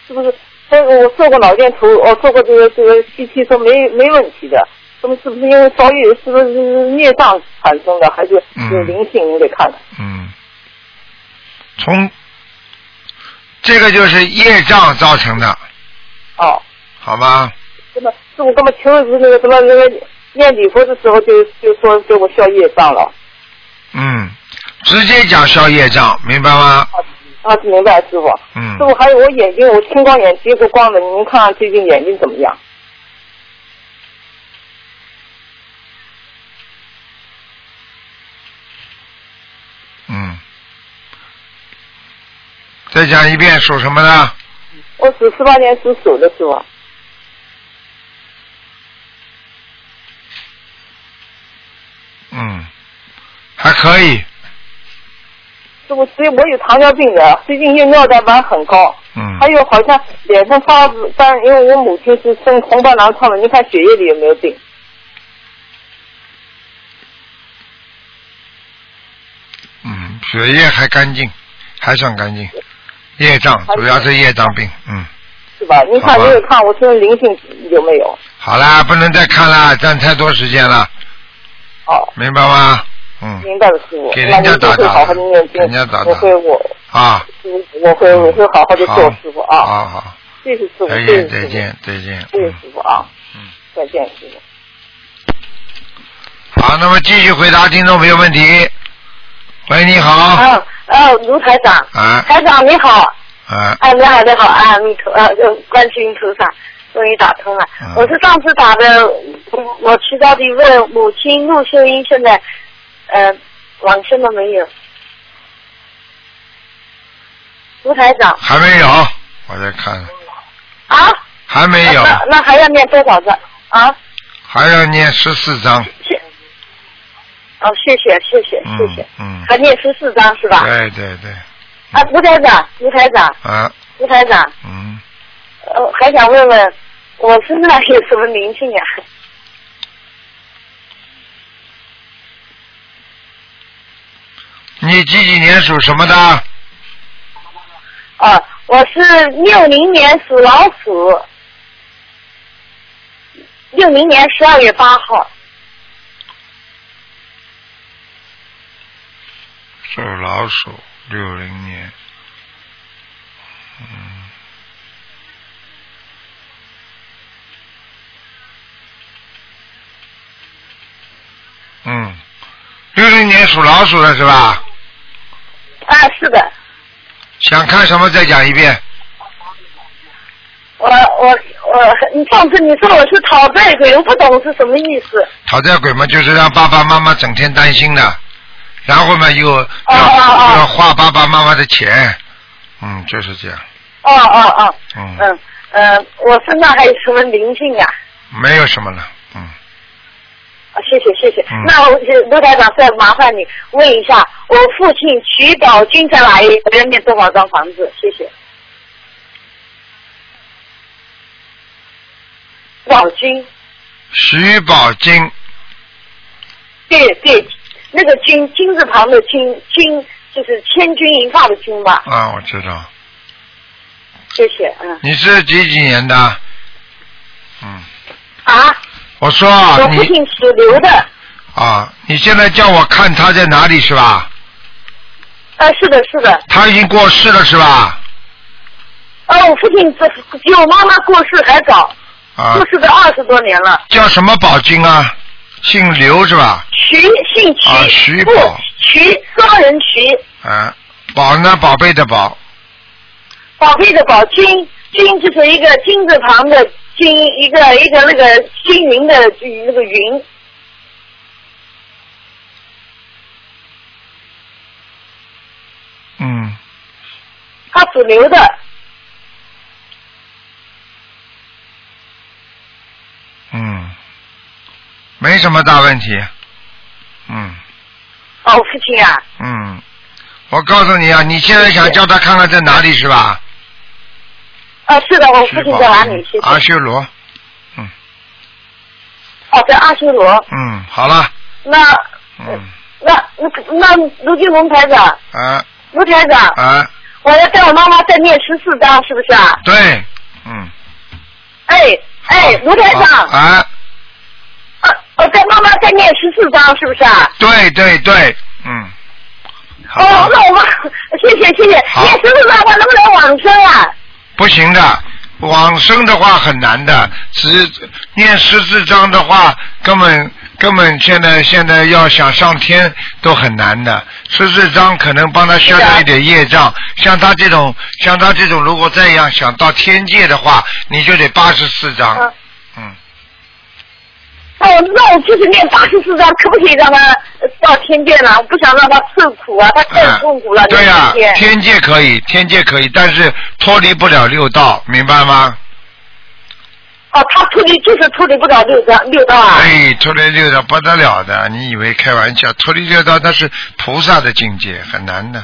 S7: 是不是？但我做过脑电图，我做过这个这个 CT，说没没问题的。那么是不是因为遭遇是不是孽障产生的，还是有灵性？您得看看。
S1: 嗯，从这个就是业障造成的，
S7: 哦。
S1: 好吗？
S7: 那么师傅，那么求那个什么那个念礼佛的时候就，就说给我消业障了。
S1: 嗯，直接讲消业障，明白吗？
S7: 啊，明白，师傅。
S1: 嗯
S7: 师，傅，还有我眼睛，我青光眼结过光的，您看最近眼睛怎么样？
S1: 嗯。再讲一遍，属什么的？
S7: 我是十八年属鼠的，师傅。
S1: 嗯，还可以。
S7: 师傅，所以我有糖尿病的，最近夜尿蛋白很高，
S1: 嗯，
S7: 还有好像脸上发斑，因为我母亲是生红斑狼疮的，您看血液里有没有病？
S1: 嗯，血液还干净，还算干净。业障主要是业障病。嗯，
S7: 是吧？您看
S1: 好吧
S7: 没有看我身上灵性有没有？
S1: 好啦，不能再看啦，占太多时间了，
S7: 哦，
S1: 明白吗？嗯，
S7: 明白了，师傅。
S1: 给人家
S7: 那
S1: 打
S7: 您就会
S1: 打
S7: 好好的念
S1: 给
S7: 经，
S1: 人家打打
S7: 我会我
S1: 啊，
S7: 嗯我会我会好好的做师傅啊。
S1: 好好，
S7: 谢谢师傅，
S1: 再
S7: 谢谢
S1: 见再
S7: 师傅，
S1: 见再见。
S7: 谢谢
S1: 嗯
S7: 师傅啊，
S1: 嗯，
S7: 再见师傅。
S1: 好，那么继续回答听众朋友问题。喂，你好。
S7: 啊啊，卢台长，
S1: 啊
S7: 台长你好，
S1: 啊，
S7: 哎，你好你好，阿弥陀呃，观世音菩萨，终于打通了。
S1: 嗯
S7: 我是上次打的，嗯我迟到的问母亲陆秀英现在呃往生了没有？卢台长
S1: 还没有，我在看，
S7: 啊，
S1: 还没有，
S7: 那那还要念多少个啊？
S1: 还要念十四章。
S7: 谢，哦，谢谢谢谢谢谢，
S1: 嗯嗯，
S7: 还念十四章是吧？
S1: 对对对，
S7: 啊，卢台长，卢台长，
S1: 啊，
S7: 卢台长，
S1: 嗯，
S7: 呃，还想问问我身上有什么灵性呀、
S1: 你几几年属什么的？
S7: 啊？我是六零年属老鼠，六零年十二月八号，
S1: 属老鼠，六零年。嗯。嗯，六零年属老鼠的是吧？
S7: 啊，是的，
S1: 想看什么再讲一遍。
S7: 我我我，你上次你说我是讨债鬼，我不懂是什么意思。
S1: 讨债鬼嘛，就是让爸爸妈妈整天担心的，然后嘛又要、
S7: 哦哦
S1: 要花爸爸妈妈的钱，嗯，就是这样，
S7: 哦哦哦，
S1: 嗯，
S7: 嗯呃，我身上还有什么灵性呀、
S1: 没有什么了，嗯，
S7: 啊，谢谢谢谢。
S1: 嗯
S7: 那我卢台长，再麻烦你问一下，我父亲徐宝军在哪里？我要念多少张房子？谢谢。宝军，
S1: 徐宝金，
S7: 对对，那个军金字旁的军军就是千钧一发的军吧？
S1: 啊，我知道，
S7: 谢谢，嗯
S1: 你是几几年的？嗯，
S7: 啊，
S1: 我说啊
S7: 我父
S1: 你
S7: 亲属牛的，
S1: 啊，你现在叫我看他在哪里是吧？
S7: 呃，是的，是的，
S1: 他已经过世了是吧？
S7: 呃，我父亲这比我妈妈过世还早，
S1: 啊
S7: 过，世都二十多年了。
S1: 叫什么宝金啊？姓刘是吧？
S7: 徐姓徐，
S1: 啊徐
S7: 不
S1: 宝
S7: 徐双人徐，
S1: 啊，宝呢？宝贝的宝，
S7: 宝贝的宝，金金就是一个金字旁的金，一个一个那个均匀的嗯那个云。
S1: 嗯。
S7: 他属牛的，
S1: 嗯，没什么大问题。嗯
S7: 哦，我父亲啊，
S1: 嗯，我告诉你啊，你现在想叫他看看在哪里是吧？
S7: 啊，是的，我父
S1: 是
S7: 亲
S1: 吧
S7: 在哪里？谢谢。
S1: 阿修罗。
S7: 哦，在阿修罗。
S1: 嗯，好了。
S7: 那
S1: 嗯
S7: 那那那卢金龙台长，
S1: 啊
S7: 卢台长，
S1: 啊，
S7: 我要带我妈妈再念十四章，是不是啊？
S1: 对，嗯。
S7: 哎哎，卢台
S1: 好
S7: 长，
S1: 啊，
S7: 呃我带妈妈再念十四章，是不是啊？
S1: 对对对，嗯。好了，
S7: 哦，那我们谢谢谢谢，
S1: 好
S7: 念十四章我能不能往生啊？
S1: 不行的。往生的话很难的，只念十四章的话，根本根本现在现在要想上天都很难的。十四章可能帮他消掉一点业障，像他这种像他这种，如果再样想到天界的话，你就得八十四章。
S7: 嗯
S1: 嗯，
S7: 哦，那我就是念八十四章，可不可以让他呃到天界呢？我不想让他受苦啊，他太
S1: 嗯
S7: 痛苦了。
S1: 对
S7: 那
S1: 呀、
S7: 个天界
S1: 天界可以，天界可以，但是脱离不了六道，明白吗？
S7: 哦，他脱离就是脱离不了六章六道啊。
S1: 哎，脱离六道不得了的，你以为开玩笑？脱离六道那是菩萨的境界，很难的，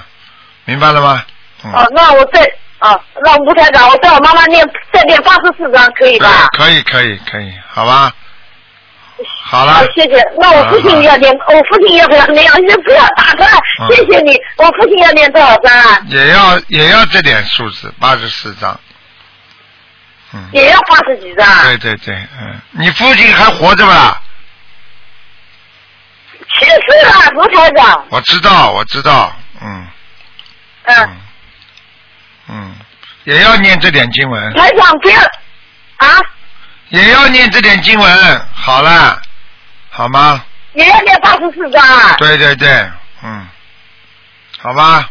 S1: 明白了吗？嗯，
S7: 哦，那我再哦，那吴台长，我带我妈妈念再念八十四章，可以
S1: 对
S7: 吧？
S1: 可以，可以，可以，好吧？好了
S7: 好，，哦谢谢。那我父亲要念，
S1: 啊
S7: 我父亲要不要念？你不要打断，
S1: 嗯
S7: 谢谢你。我父亲要念多少章啊？
S1: 也要也要这点数字，八十四张。嗯，
S7: 也要八十几章啊？
S1: 对对对，嗯，你父亲还活着吧？
S7: 去世了，
S8: 啊
S7: 卢台长。
S1: 我知道，我知道，嗯
S7: 嗯，
S1: 嗯嗯，也要念这点经文，
S7: 台长不要啊，
S1: 也要念这点经文，好了，好吗？
S7: 也要念八十四章啊。
S1: 对对对，嗯，好吧，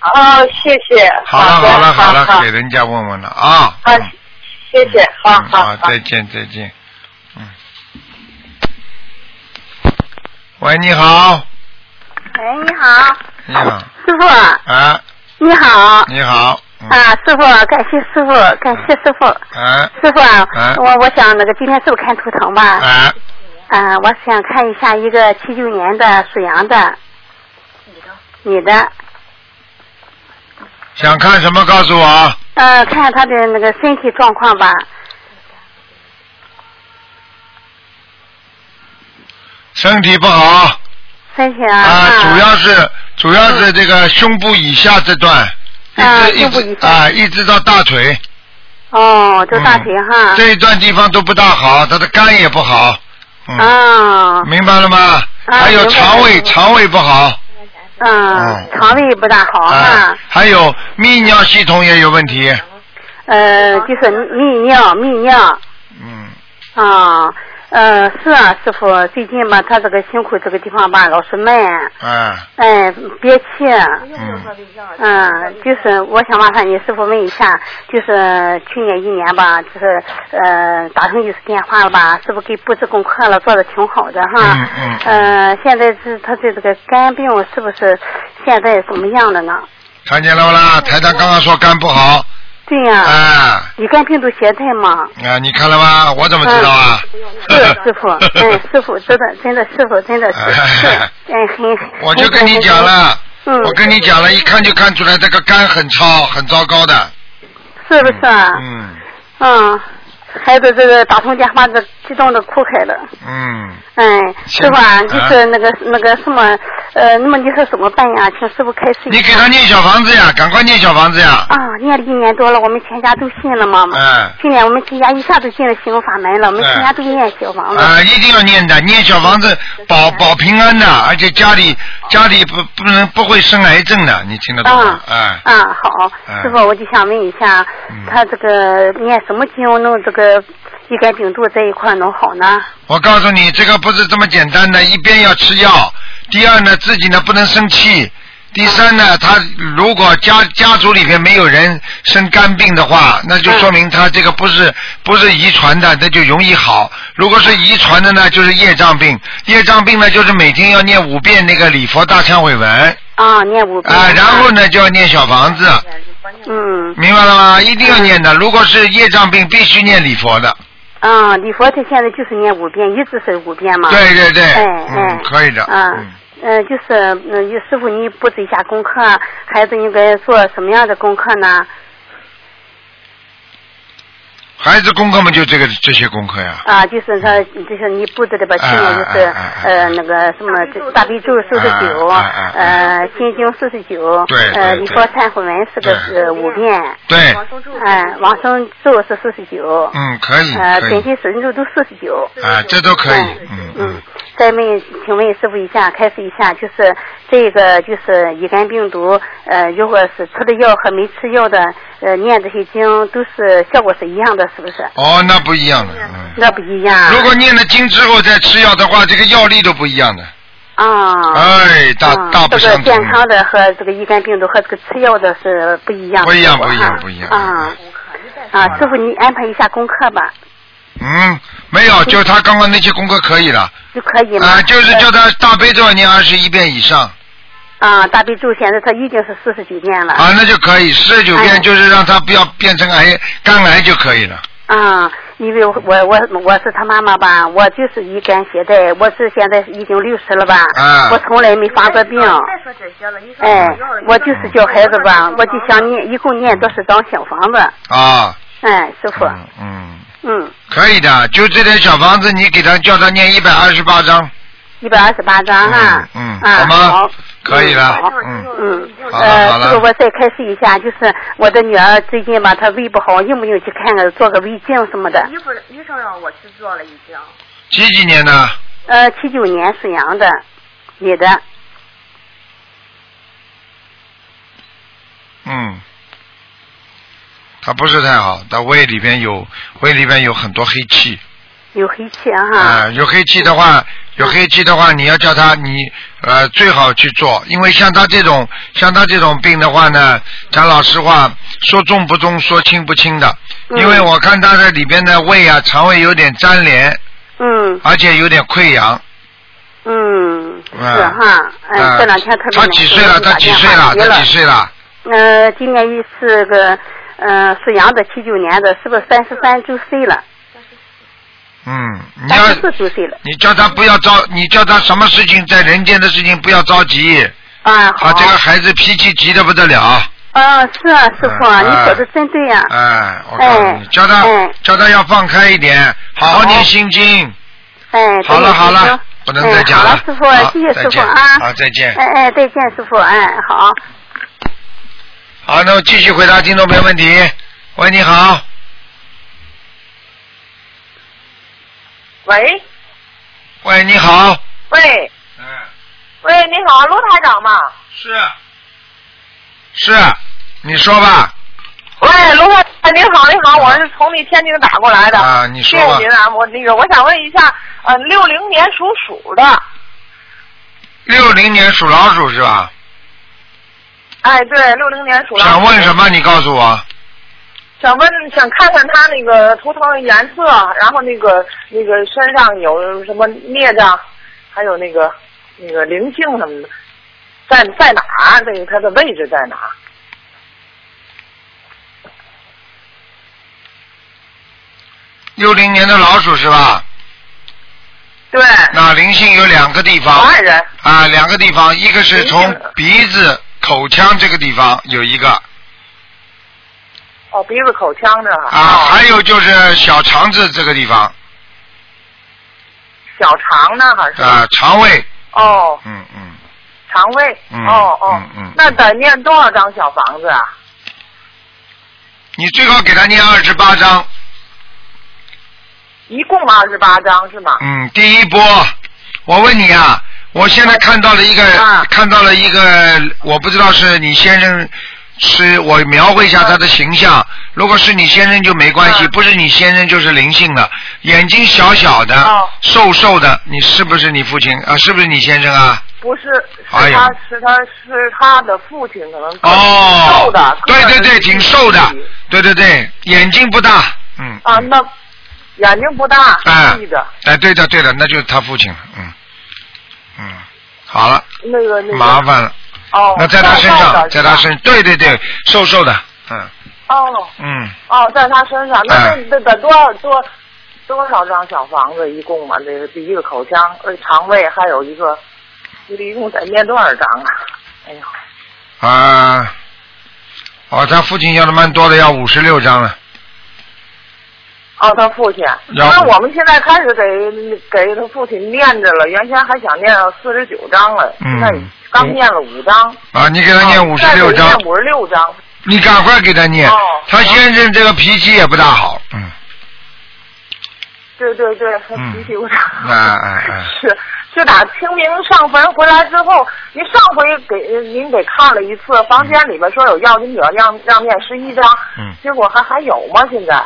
S7: 哦，谢谢。
S1: 好了
S7: 的
S1: 好了好
S7: 好
S1: 了，给人家问问了啊。
S7: 好
S1: 嗯，
S7: 谢谢，好
S1: 嗯
S7: 好好
S1: 再。见再见，嗯。喂，你好，
S3: 哎，你好，
S1: 你好，
S3: 师傅，
S1: 啊，
S3: 你好。
S1: 你好，嗯
S3: 啊，师傅，感谢师傅，感谢师傅，
S1: 啊
S3: 师傅啊，
S1: 啊
S3: 我我想那个今天是不是看图腾吧？
S1: 啊，
S3: 嗯，我想看一下一个七九年的属羊的女的，
S1: 想看什么告诉我啊？
S9: 呃，看看他的那个身体状况吧。
S1: 身体不好
S9: 身体
S1: 啊
S9: 啊，
S1: 主要是主要是这个胸部以下这段，一
S9: 啊
S1: 直一
S9: 胸部
S1: 直啊一直到大腿
S9: 哦，就大腿哈。
S1: 这一段地方都不大好，他的肝也不好，嗯
S3: 嗯
S9: 啊，
S1: 明白了吗？还有
S9: 明白
S1: 肠胃
S9: 明白
S1: 肠胃不好，
S9: 嗯，肠胃不大好哈
S1: 哦啊。，还有泌尿系统也有问题，
S9: 呃，就是泌尿，泌尿。嗯。啊，呃，是啊，师傅，最近吧，他这个辛苦这个地方吧，老是闷，
S1: 啊，
S9: 哎，憋气。
S1: 嗯，
S9: 嗯，就是我想麻烦你师傅问一下，就是去年一年吧，就是呃打通一次电话了吧，师傅给布置功课了，做的挺好的哈。
S10: 嗯嗯
S9: 呃，现在是他的这个肝病是不是现在怎么样了呢？
S1: 看见了不
S9: 嗯
S1: 啦？台长刚刚说肝不好
S9: 对呀、
S1: 啊
S9: 乙肝病毒携带嘛。
S1: 啊，你看了吧？我怎么知道啊？
S9: 是师
S1: [LAUGHS]
S9: 傅，哎，师傅，真的，真的，师傅，真的是，是，哎，很，
S1: 我就跟你讲了，
S9: 嗯，
S1: 我跟你讲了，一看就看出来这个肝很超，很糟糕的。
S9: 是不是啊？
S1: 嗯
S9: 嗯，孩子这个打通电话，这激动的哭开了。
S1: 嗯，
S9: 哎，师
S1: 行
S9: 傅啊，
S1: 嗯
S9: 就是那个那个什么，呃，那么你说怎么办呀？请师傅开示一下。
S1: 你给他念小房子呀，赶快念小房子呀。
S9: 啊，念了一年多了，我们全家都信了妈妈。
S1: 嗯
S9: 去年我们全家一下子进了行法门了，我们全
S1: 哎
S9: 家都念小房子。
S1: 啊，一定要念的，念小房子保保平安的，而且家里家里不不能不会生癌症的，你听得懂吗？哎，
S9: 啊，好，
S1: 嗯
S9: 师傅，我就想问一下，他这个念什么经弄这个乙肝病毒这一块能好呢？
S1: 我告诉你，这个不是这么简单的，一边要吃药，第二呢自己呢不能生气。第三呢，他如果家家族里面没有人生肝病的话，那就说明他这个不是不是遗传的，那就容易好。如果是遗传的呢，就是业障病。业障病呢，就是每天要念五遍那个礼佛大忏悔文
S9: 啊，念五遍。
S1: 啊，然后呢就要念小房子。
S9: 嗯。
S1: 明白了吗？一定要念的。如果是业障病，必须念礼佛的。
S9: 啊，礼佛他现在就是念五遍，一直是五遍嘛。
S1: 对对对，
S9: 哎
S1: 嗯
S9: 哎，。
S1: 可以的。
S9: 啊，嗯，就是嗯，你师傅，你布置一下功课，孩子应该做什么样的功课呢？
S1: 孩子功课嘛，就这个这些功课呀。
S9: 啊，就是他，就是你布置的吧，去
S1: 哎
S9: 年就是
S1: 哎哎
S9: 呃那个什么这大悲咒四十九，
S1: 哎哎
S9: 呃心经四十九
S1: 对，
S9: 呃
S1: 对
S9: 礼
S1: 对
S9: 佛忏悔文是个呃五遍，
S1: 对，
S9: 哎往生咒是四十九，
S1: 嗯，可以，
S9: 呃
S1: 可
S9: 准
S1: 以，
S9: 提神咒都四十九。
S1: 啊，这都可以
S9: 哎，
S1: 嗯
S9: 嗯，再问，请问师傅一下，开始一下，就是这个就是乙肝病毒，呃，如果是吃的药和没吃药的，呃，念这些经都是效果是一样的，是不是？
S1: 哦，那不一样的，嗯。
S9: 那不一样。
S1: 如果念了经之后再吃药的话，这个药力都不一样的。
S9: 啊，
S1: 哎，大
S9: 嗯
S1: 大
S9: 这
S1: 不
S9: 个
S1: 相同
S9: 健，康的和这个乙肝病毒和这个吃药的是不一样的
S1: 不一样，
S9: 效果
S1: 不一
S9: 哈
S1: 样，不一样。
S9: 啊啊，师傅，你安排一下功课吧，
S1: 嗯，没有，就他刚刚那些功课可以了，
S9: 就可以吗？
S1: 啊，就是叫他大悲咒要念二十一遍以上。
S9: 啊，大悲咒现在他已经是四十九遍了。
S1: 啊，那就可以，四十九
S9: 哎
S1: 遍就是让他不要变成癌肝癌就可以了。
S9: 啊，因为我我我是他妈妈吧，我就是乙肝携带，我是现在已经六十了吧，
S1: 啊
S9: 我从来没发过
S1: 嗯
S9: 病，
S11: 啊
S10: 说这些了，你说
S9: 哎，我就是叫孩子吧，我就想念，一共念多少张小房子？
S1: 啊，
S9: 哎，师傅，
S1: 嗯，
S9: 嗯，
S1: 可以的，就这点小房子，你给他叫他念一百二十八章，
S9: 一百二十八张哈，
S1: 嗯嗯
S9: 啊，
S1: 好吗
S9: 好，
S1: 可以了
S9: 嗯好，
S1: 嗯，
S9: 嗯，
S1: 好了好
S9: 呃，
S1: 了
S9: 这个我再开始一下，就是我的女儿最近吧，她胃不好，硬不硬去看看，做个胃镜什么的。
S10: 医生医生让我去做了已经。
S1: 几几年的？
S9: 呃，七九年属羊的，女的，
S1: 嗯，他不是太好，他胃里边有胃里边有很多黑气
S9: 有黑气哈。
S1: 啊、有黑气的话，有黑气的话，你要叫他你呃最好去做，因为像他这种像他这种病的话呢，讲老实话，说重不重，说轻不轻的，
S9: 嗯
S1: 因为我看他的里边的胃啊、肠胃有点粘连，
S9: 嗯
S1: 而且有点溃疡。
S9: 嗯，是
S1: 嗯
S9: 哈，嗯，
S1: 嗯
S9: 这两天特别
S1: 他
S9: 难
S1: 几
S9: 受
S1: 岁
S9: 给
S1: 了？
S9: 我
S1: 他
S9: 打
S1: 几
S9: 电
S1: 岁
S9: 话
S1: 了？
S9: 急
S1: 他几岁了？
S9: 呃，今年一是个呃属羊的，七九年的，是不是三十三周岁了？
S1: 嗯，你
S9: 三
S1: 要
S9: 十四周岁了。
S1: 你叫他不要着，你叫他什么事情在人间的事情不要着急。
S9: 啊，
S1: 他这个孩子脾气急得不得了，
S9: 哦，是啊，师傅啊，
S1: 嗯
S9: 你说的真对呀、
S1: 哎，我告诉你，
S9: 哎
S1: 叫他
S9: 哎
S1: 叫他要放开一点，好好念心经。
S9: 哎，
S1: 好了
S9: 对
S1: 好
S9: 师
S1: 了
S9: 兄，
S1: 不能再讲
S9: 哎
S1: 了。
S9: 好了，师傅
S1: 好，
S9: 谢谢师
S1: 再
S9: 傅
S1: 见
S9: 啊。
S1: 好，再见。
S9: 哎哎，再见，师傅。哎，好。
S1: 好，那我继续回答听众朋友问题。喂，你好，
S12: 喂
S1: 喂，你好，
S12: 喂，
S1: 嗯
S12: 喂，你好，卢台长吗？
S1: 是。是，你说吧，
S12: 喂，卢台长，您好，您好，我是从那天津打过来的。
S1: 啊你说
S12: 谢
S1: 吧
S12: 谢您啊，我那个我想问一下，呃，六零年属鼠的，
S1: 六零年属老鼠是吧？
S12: 哎，对，六零年属老鼠。
S1: 想问什么？你告诉我。
S12: 想问，想看看他那个图腾的颜色，然后那个那个身上有什么孽障，还有那个那个灵性什么的，在在哪儿？这个他的位置在哪儿？
S1: 六零年的老鼠是吧？
S12: 对。
S1: 那灵性有两个地方。
S12: 爱嗯人。
S1: 啊，两个地方，一个是从鼻子、口腔这个地方有一个，
S12: 哦，鼻子、口腔这儿
S1: 啊，还有就是小肠子这个地方，
S12: 小肠呢还是？
S1: 啊，肠胃，
S12: 哦，
S1: 嗯嗯
S12: 肠胃。
S1: 嗯，
S12: 哦哦，
S1: 嗯嗯，
S12: 那得念多少张小房子啊？
S1: 你最好给他念二十八章，
S12: 一共二十八张是吗？
S1: 嗯，第一波，我问你啊，我现在看到了一个，
S12: 啊
S1: 看到了一个，我不知道是你先生，是我描绘一下他的形象。如果是你先生就没
S12: 嗯
S1: 关系，不是你先生就是灵性了。眼睛小小的，
S12: 哦
S1: 瘦瘦的，你是不是你父亲啊？是不是你先生啊？
S12: 不是，是他、
S1: 哎呀
S12: 是他是他的父亲可能
S1: 哦，
S12: 瘦的，
S1: 对对对，
S12: 个子
S1: 挺瘦的，对对对，眼睛不大，嗯，
S12: 啊，那眼睛不大，
S1: 哎
S12: 细的，
S1: 哎，对的对的，那就是他父亲了，嗯，嗯，好了，
S12: 那个那个
S1: 麻烦了。
S12: 哦，
S1: 那在他身
S12: 瘦瘦
S1: 上，
S12: 的
S1: 在他身，对对对，瘦瘦的，嗯
S12: 哦
S1: 嗯，
S12: 哦，在他身上，那
S1: 哎
S12: 那那得多少多多少张小房子一共嘛？这个第一个口腔、呃肠胃，还有一个，这个一共得念多少张啊？哎呦，
S1: 啊，哦，他父亲要的蛮多的，要五十六张了，
S12: 哦，他父亲，
S1: 然
S12: 那
S1: 后
S12: 我们现在开始给给他父亲念着了，原先还想念四十九章了，
S1: 嗯
S12: 现在刚念了五章，
S1: 啊，你给他念五十
S12: 再
S1: 六
S12: 哦给
S1: 张，
S12: 念五十六章，
S1: 你赶快给他念
S12: 哦，
S1: 他先生这个脾气也不大好，嗯，
S12: 对对对，他
S1: 嗯
S12: 脾气有点。
S1: 啊啊啊，
S12: 是是打清明上坟回来之后，您上回给呃您给看了一次，房间里边说有要经者让让念十一章，
S1: 嗯
S12: 结果还还有吗？现在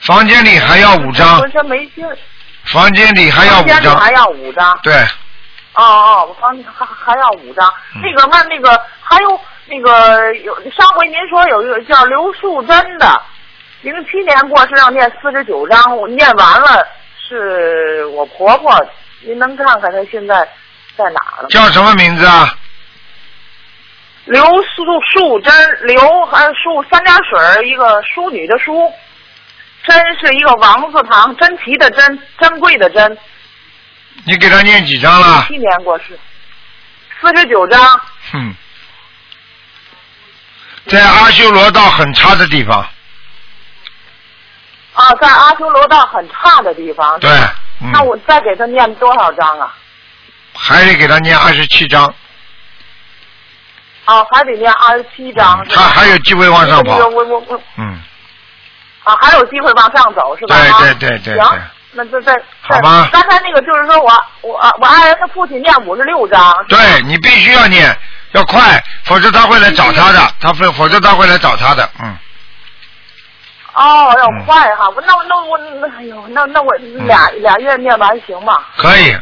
S1: 房间里还要五张
S12: 浑，身没劲儿，
S1: 房间里还要
S12: 房
S1: 五
S12: 间里还
S1: 张，
S12: 要五张，
S1: 对，
S12: 哦哦，我房还还要五张，
S1: 嗯
S12: 那个那那个还有那个有上回您说有一个叫刘素贞的，零七年过世要念四十九章，我念完了是我婆婆，您能看看她现在在哪儿了吗？
S1: 叫什么名字啊？
S12: 刘素素贞，刘还有素三点水儿一个淑女的淑，贞是一个王字旁，珍奇的珍，珍贵的珍。
S1: 你给他念几张了？
S12: 七年过世，四十九章。
S1: 哼，嗯在阿修罗道很差的地方，
S12: 啊，在阿修罗道很差的地方。
S1: 对，嗯
S12: 那，我再给他念多少章啊？
S1: 还得给他念二十七张。
S12: 啊，还得念二十七章。
S1: 嗯
S12: 是吧
S1: 他还有机会往上跑
S12: 那个我我我
S1: 嗯，
S12: 啊，还有机会往上走是吧？
S1: 对
S12: 啊
S1: 对对对
S12: 行
S1: 对，
S12: 那这再
S1: 好吧
S12: 刚才那个就是说我我啊我爱人他父亲念五十六章。是吧
S1: 对你必须要念，要快，否则他会来找他
S12: 嗯
S1: 的，他否否则他会来找他的，嗯，
S12: 哦，要快哈！我那我那我那哎呦，那那我
S1: 嗯
S12: 俩、俩月念完行吗？
S1: 可以，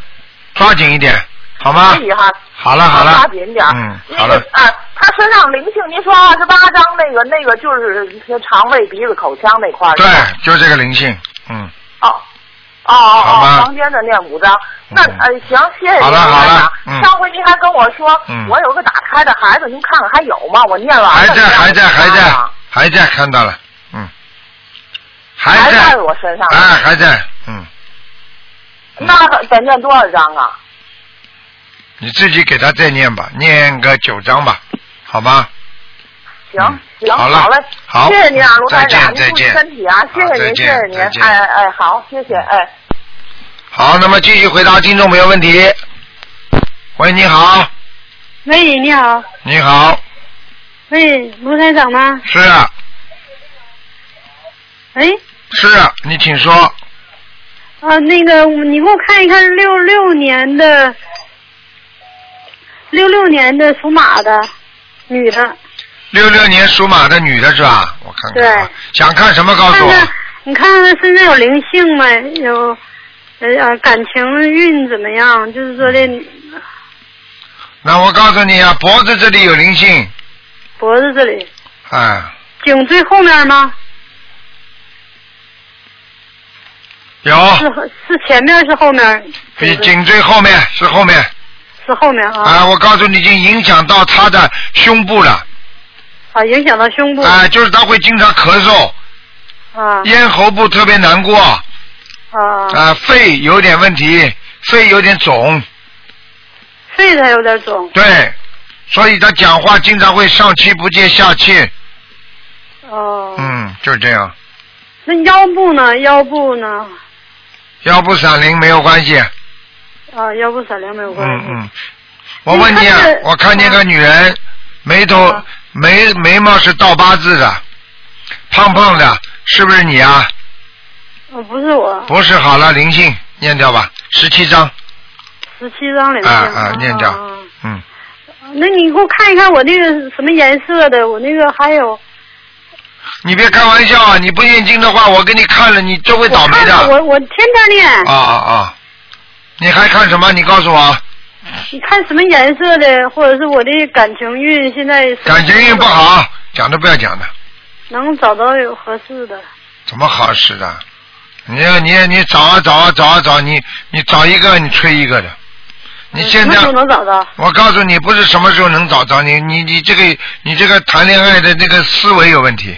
S1: 抓紧一点，好吗
S12: 可？以啊哈。
S1: 好了好
S12: 抓
S1: 了，
S12: 紧点儿。
S1: 嗯，
S12: 那
S1: 好
S12: 个
S1: 了，
S12: 啊，他身上灵性，您说二十八章那个那个就是肠胃、鼻子、口腔那块儿。
S1: 对。，就这个灵性，嗯，
S12: 哦哦哦
S1: 好
S12: 哦
S1: 吗，嗯
S12: 房间的念五章。那呃，行，谢谢您，
S1: 好了好了
S12: 台长
S1: 嗯
S12: 上回您还跟我说
S1: 嗯，
S12: 我有个打胎的孩子，您看看还有吗？我念完了。
S1: 还在还在还在
S12: 啊
S1: 还在，看到了，嗯，还
S12: 还
S1: 在，
S12: 我身上。
S1: 哎还在，嗯，
S12: 那得念多少章啊？
S1: 你自己给他再念吧，念个九章吧，好吗？
S12: 行行，
S1: 嗯好了
S12: 嘞，
S1: 好
S12: 谢谢您啊，卢台
S1: 再
S12: 长，
S1: 见
S12: 您注意
S1: 再见
S12: 身体啊，谢
S1: 好
S12: 谢
S1: 再
S12: 您，谢
S1: 见
S12: 谢您
S1: 再，见
S12: 哎哎，好，谢谢，哎，
S1: 好，那么继续回答听众朋友问题。喂，你好，
S11: 喂，你好，
S1: 你好，
S11: 喂，卢台长吗？
S1: 是啊
S11: 哎，
S1: 是啊，你请说。
S11: 啊，那个你给我看一看六六年的，六六年的属马的女的，
S1: 六六年属马的女的是吧？我看看，
S11: 对，
S1: 想看什么告诉我。
S11: 看看你看看身上有灵性没？有，呃呃，感情运怎么样？就是说这
S1: 嗯那我告诉你啊，脖子这里有灵性，
S11: 脖子这里，
S1: 啊，
S11: 颈椎后面吗？
S1: 有
S11: 是是前面是后面
S1: 比颈椎后面是后面
S11: 是后面啊？
S1: 啊，我告诉你，已经影响到她的胸部了
S11: 啊，影响到胸部
S1: 啊，就是她会经常咳嗽，
S11: 啊
S1: 咽喉部特别难过
S11: 啊，
S1: 啊，肺有点问题，肺有点肿，
S11: 肺才有点肿
S1: 对，所以她讲话经常会上气不接下气，
S11: 哦。
S1: 嗯，就是这样。
S11: 那腰部呢？腰部呢？
S1: 腰部闪灵没有关系，
S11: 啊，腰部闪灵没有关
S1: 嗯
S11: 系。
S1: 嗯，我问你啊
S11: 你看这，
S1: 我看见个
S11: 嗯
S1: 女人，眉头
S11: 啊
S1: 眉眉毛是倒八字的，胖胖的，是不是你啊？
S11: 嗯、不是我，
S1: 不是，好了，灵性念掉吧，十七章，
S11: 十七张脸
S1: 啊
S11: 性。
S1: 啊，念掉，嗯，
S11: 啊那你给我看一看我那个什么颜色的，我那个还有
S1: 你别开玩笑啊，你不念经的话，我给你看了，你就会倒霉
S11: 看
S1: 的，
S11: 了
S1: 啊
S11: 我我天天练。
S1: 啊啊，你还看什么？你告诉我啊，
S11: 你看什么颜色的，或者是我的感情运现在
S1: 感情运不好，讲都不要讲的，
S11: 能找到有合适的？
S1: 怎么好使的？你你你找啊找啊找啊找，你你找一个你吹一个的。你
S11: 嗯
S1: 现在
S11: 什么时候能找到？
S1: 我告诉你，不是什么时候能找着你，你你这个你这个谈恋爱的那个思维有问题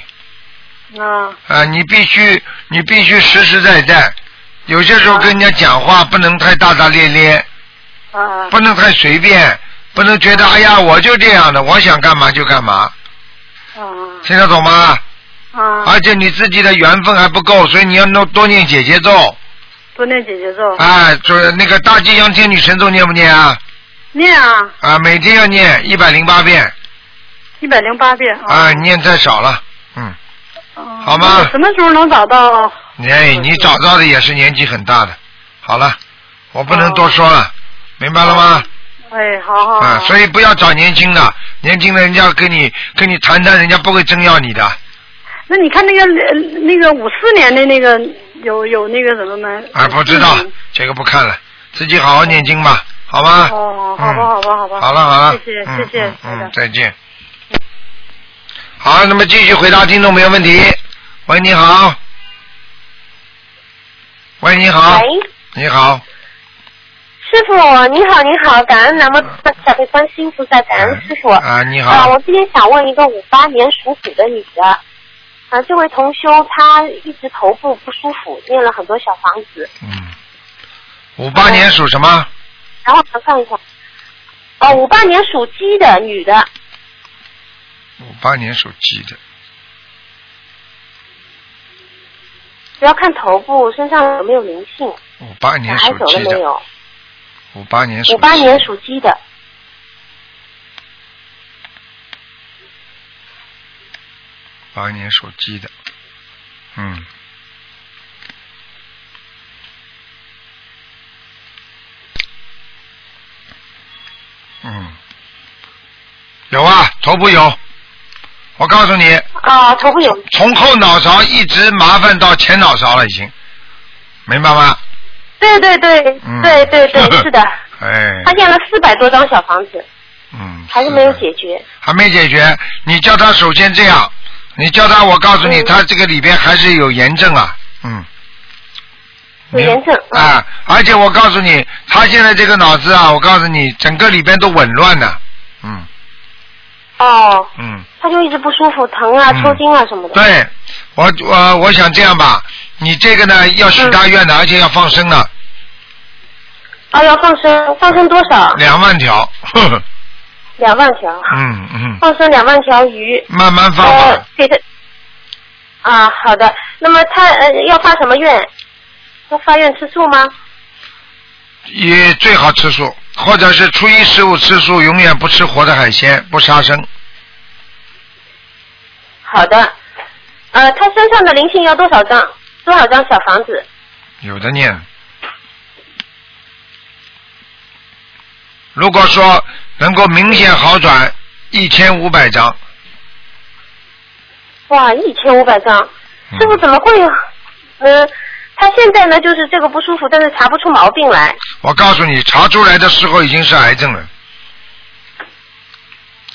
S11: 啊
S1: 啊、你必须你必须实实在在，有些时候跟人家讲话不能太大大咧咧，
S11: 啊
S1: 不能太随便，不能觉得哎呀我就这样的，我想干嘛就干嘛，
S11: 啊
S1: 听得懂吗？
S11: 啊！
S1: 而且你自己的缘分还不够，所以你要多多念姐姐咒，
S11: 多念姐姐咒。
S1: 哎，就是那个大吉祥天女神咒念不念啊？
S11: 念啊，
S1: 啊，每天要念一百零八遍，
S11: 一百零八遍啊。
S1: 啊，念太少了，嗯，好吗？
S11: 我什么时候能找到？啊
S1: 哎，你找到的也是年纪很大的。好了，我不能多说了，明白了吗？
S11: 哎，好好。
S1: 啊，所以不要找年轻的，年轻的人家跟你跟你谈谈，人家不会真要你的。啊
S11: 那你看那个呃那个五四年的那个有有那个什么没？
S1: 啊，不知道这个不看了，自己好好念经吧，好吗？嗯
S11: 哦，好吧，好吧，好吧。
S1: 好了好了，
S11: 谢谢
S1: 嗯
S11: 谢谢。
S1: 嗯，嗯再见。好，那么继续回答听众朋友问题。喂，你好。喂，你好。
S8: 喂，
S1: 你好，
S8: 师傅，你好，你好，感恩南无大慈大悲观世音菩萨，感恩师傅。
S1: 啊，你好。
S8: 啊，我今天想问一个五八年属虎的女的，啊，这位同修她一直头部不舒服，念了很多小房子，
S1: 嗯五八年属什么？
S8: 然后想看一下，哦，五八年属鸡的女的，
S1: 五八年属鸡的。
S8: 主要看头部身上有没有灵性，
S1: 五哦八
S8: 小
S1: 年
S8: 孩
S1: 属
S8: 走了
S1: 鸡
S8: 没
S1: 的，
S8: 有？
S1: 五八年属
S8: 五八年属鸡的，
S1: 八年属鸡的，嗯，嗯，有啊，头部有，我告诉你，
S8: 啊，头部有，
S1: 从后脑勺一直麻烦到前脑勺了，已经，明白吗？
S8: 对对对
S1: 嗯
S8: 对对
S1: [LAUGHS]
S8: 对，是的，
S1: 哎，
S8: 她念了四百多张小房子，
S1: 嗯，
S8: 还是没有解决。
S1: 还没解决，你叫他首先这样，你叫他，我告诉
S8: 嗯
S1: 你，他这个里边还是有炎症啊，嗯。
S8: 有炎症嗯
S1: 啊！而且我告诉你，他现在这个脑子啊，我告诉你，整个里边都紊乱的，嗯
S8: 哦，
S1: 嗯，
S8: 他就一直不舒服，疼啊、抽筋啊什么的。
S1: 对，我我我想这样吧，你这个呢要许
S8: 嗯
S1: 大愿的，而且要放生的，
S8: 哎啊，要放生，放生多少？
S1: 两万条，呵呵
S8: 两万条，
S1: 嗯嗯，
S8: 放生两万条鱼。
S1: 慢慢放吧
S8: 呃，给他。啊，好的。那么他呃要发什么愿？要发愿吃素吗？
S1: 也最好吃素，或者是初一十五吃素，永远不吃活的海鲜，不杀生。
S8: 好的。呃，他身上的灵性要多少张？多少张小房子？
S1: 有的念。如果说能够明显好转，一千五百张，
S8: 哇，一千五百张，师傅怎么会有？嗯、他现在呢就是这个不舒服，但是查不出毛病来。
S1: 我告诉你，查出来的时候已经是癌症了。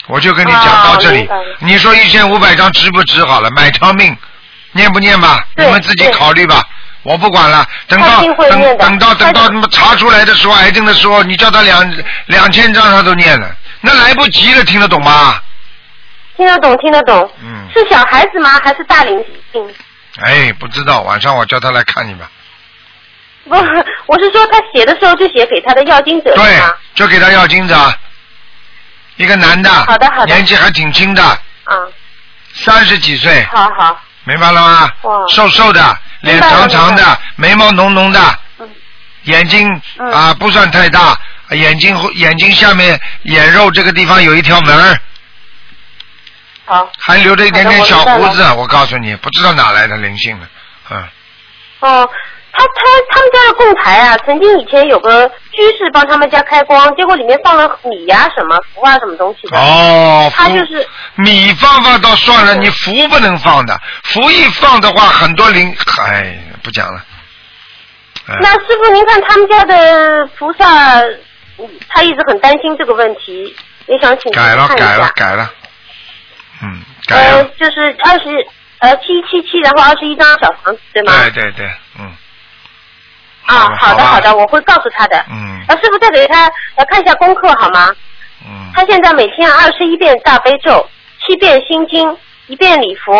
S1: 我就跟你讲到这里，你说一千五百张值不值？好了，买条命，念不念吧？你们自己考虑吧。我不管了，等到等等到等到他们查出来的时候，癌症的时候，你叫他两两千张他都念了，那来不及了，听得懂吗？
S8: 听得懂，听得懂。嗯。是小孩子吗？还是大灵性？
S1: 哎，不知道，晚上我叫他来看你吧。
S8: 不， [LAUGHS] 我是说他写的时候就写给他的要经者
S1: 对
S8: 是吗？，
S1: 就给他要金子啊，一个男的，
S8: 好的好的
S1: 年纪还挺轻的，
S8: 嗯，
S1: 三十几岁，
S8: 好好，
S1: 明白了吗？
S8: 哇
S1: 瘦瘦的，脸
S8: 哦明白了
S1: 长长
S8: 明白
S1: 的，眉毛浓浓的，眼睛
S8: 嗯
S1: 啊不算太大，眼睛后眼睛下面眼肉这个地方有一条纹儿，
S8: 好。
S1: 还留着一点点小
S8: 好的我
S1: 胡
S8: 明
S1: 子
S8: 白，了
S1: 我告诉你，不知道哪来的灵性了，嗯，
S8: 哦，他他他们家的供台啊，曾经以前有个居士帮他们家开光，结果里面放了米呀、什么符啊什么东西的。
S1: 哦，
S8: 他
S1: 福
S8: 就是
S1: 米放放倒算了，你福不能放的，福一放的话，很多灵，哎，不讲了。哎
S8: 那师傅，您看他们家的菩萨，嗯他一直很担心这个问题，也想请您
S1: 改了，
S8: 看一
S1: 改了
S8: 下，。啊
S1: 改了，嗯，改
S8: 呃
S1: 了，，
S8: 就是二十呃七七七，然后二十一张小房子，对吗？
S1: 对对对，嗯，
S8: 啊，
S1: 好
S8: 好的
S1: 吧
S8: 好的，我会告诉他的。
S1: 嗯。
S8: 呃，师傅再给他呃看一下功课好吗？
S1: 嗯。
S8: 他现在每天二十一遍大悲咒，七遍心经，一遍礼佛，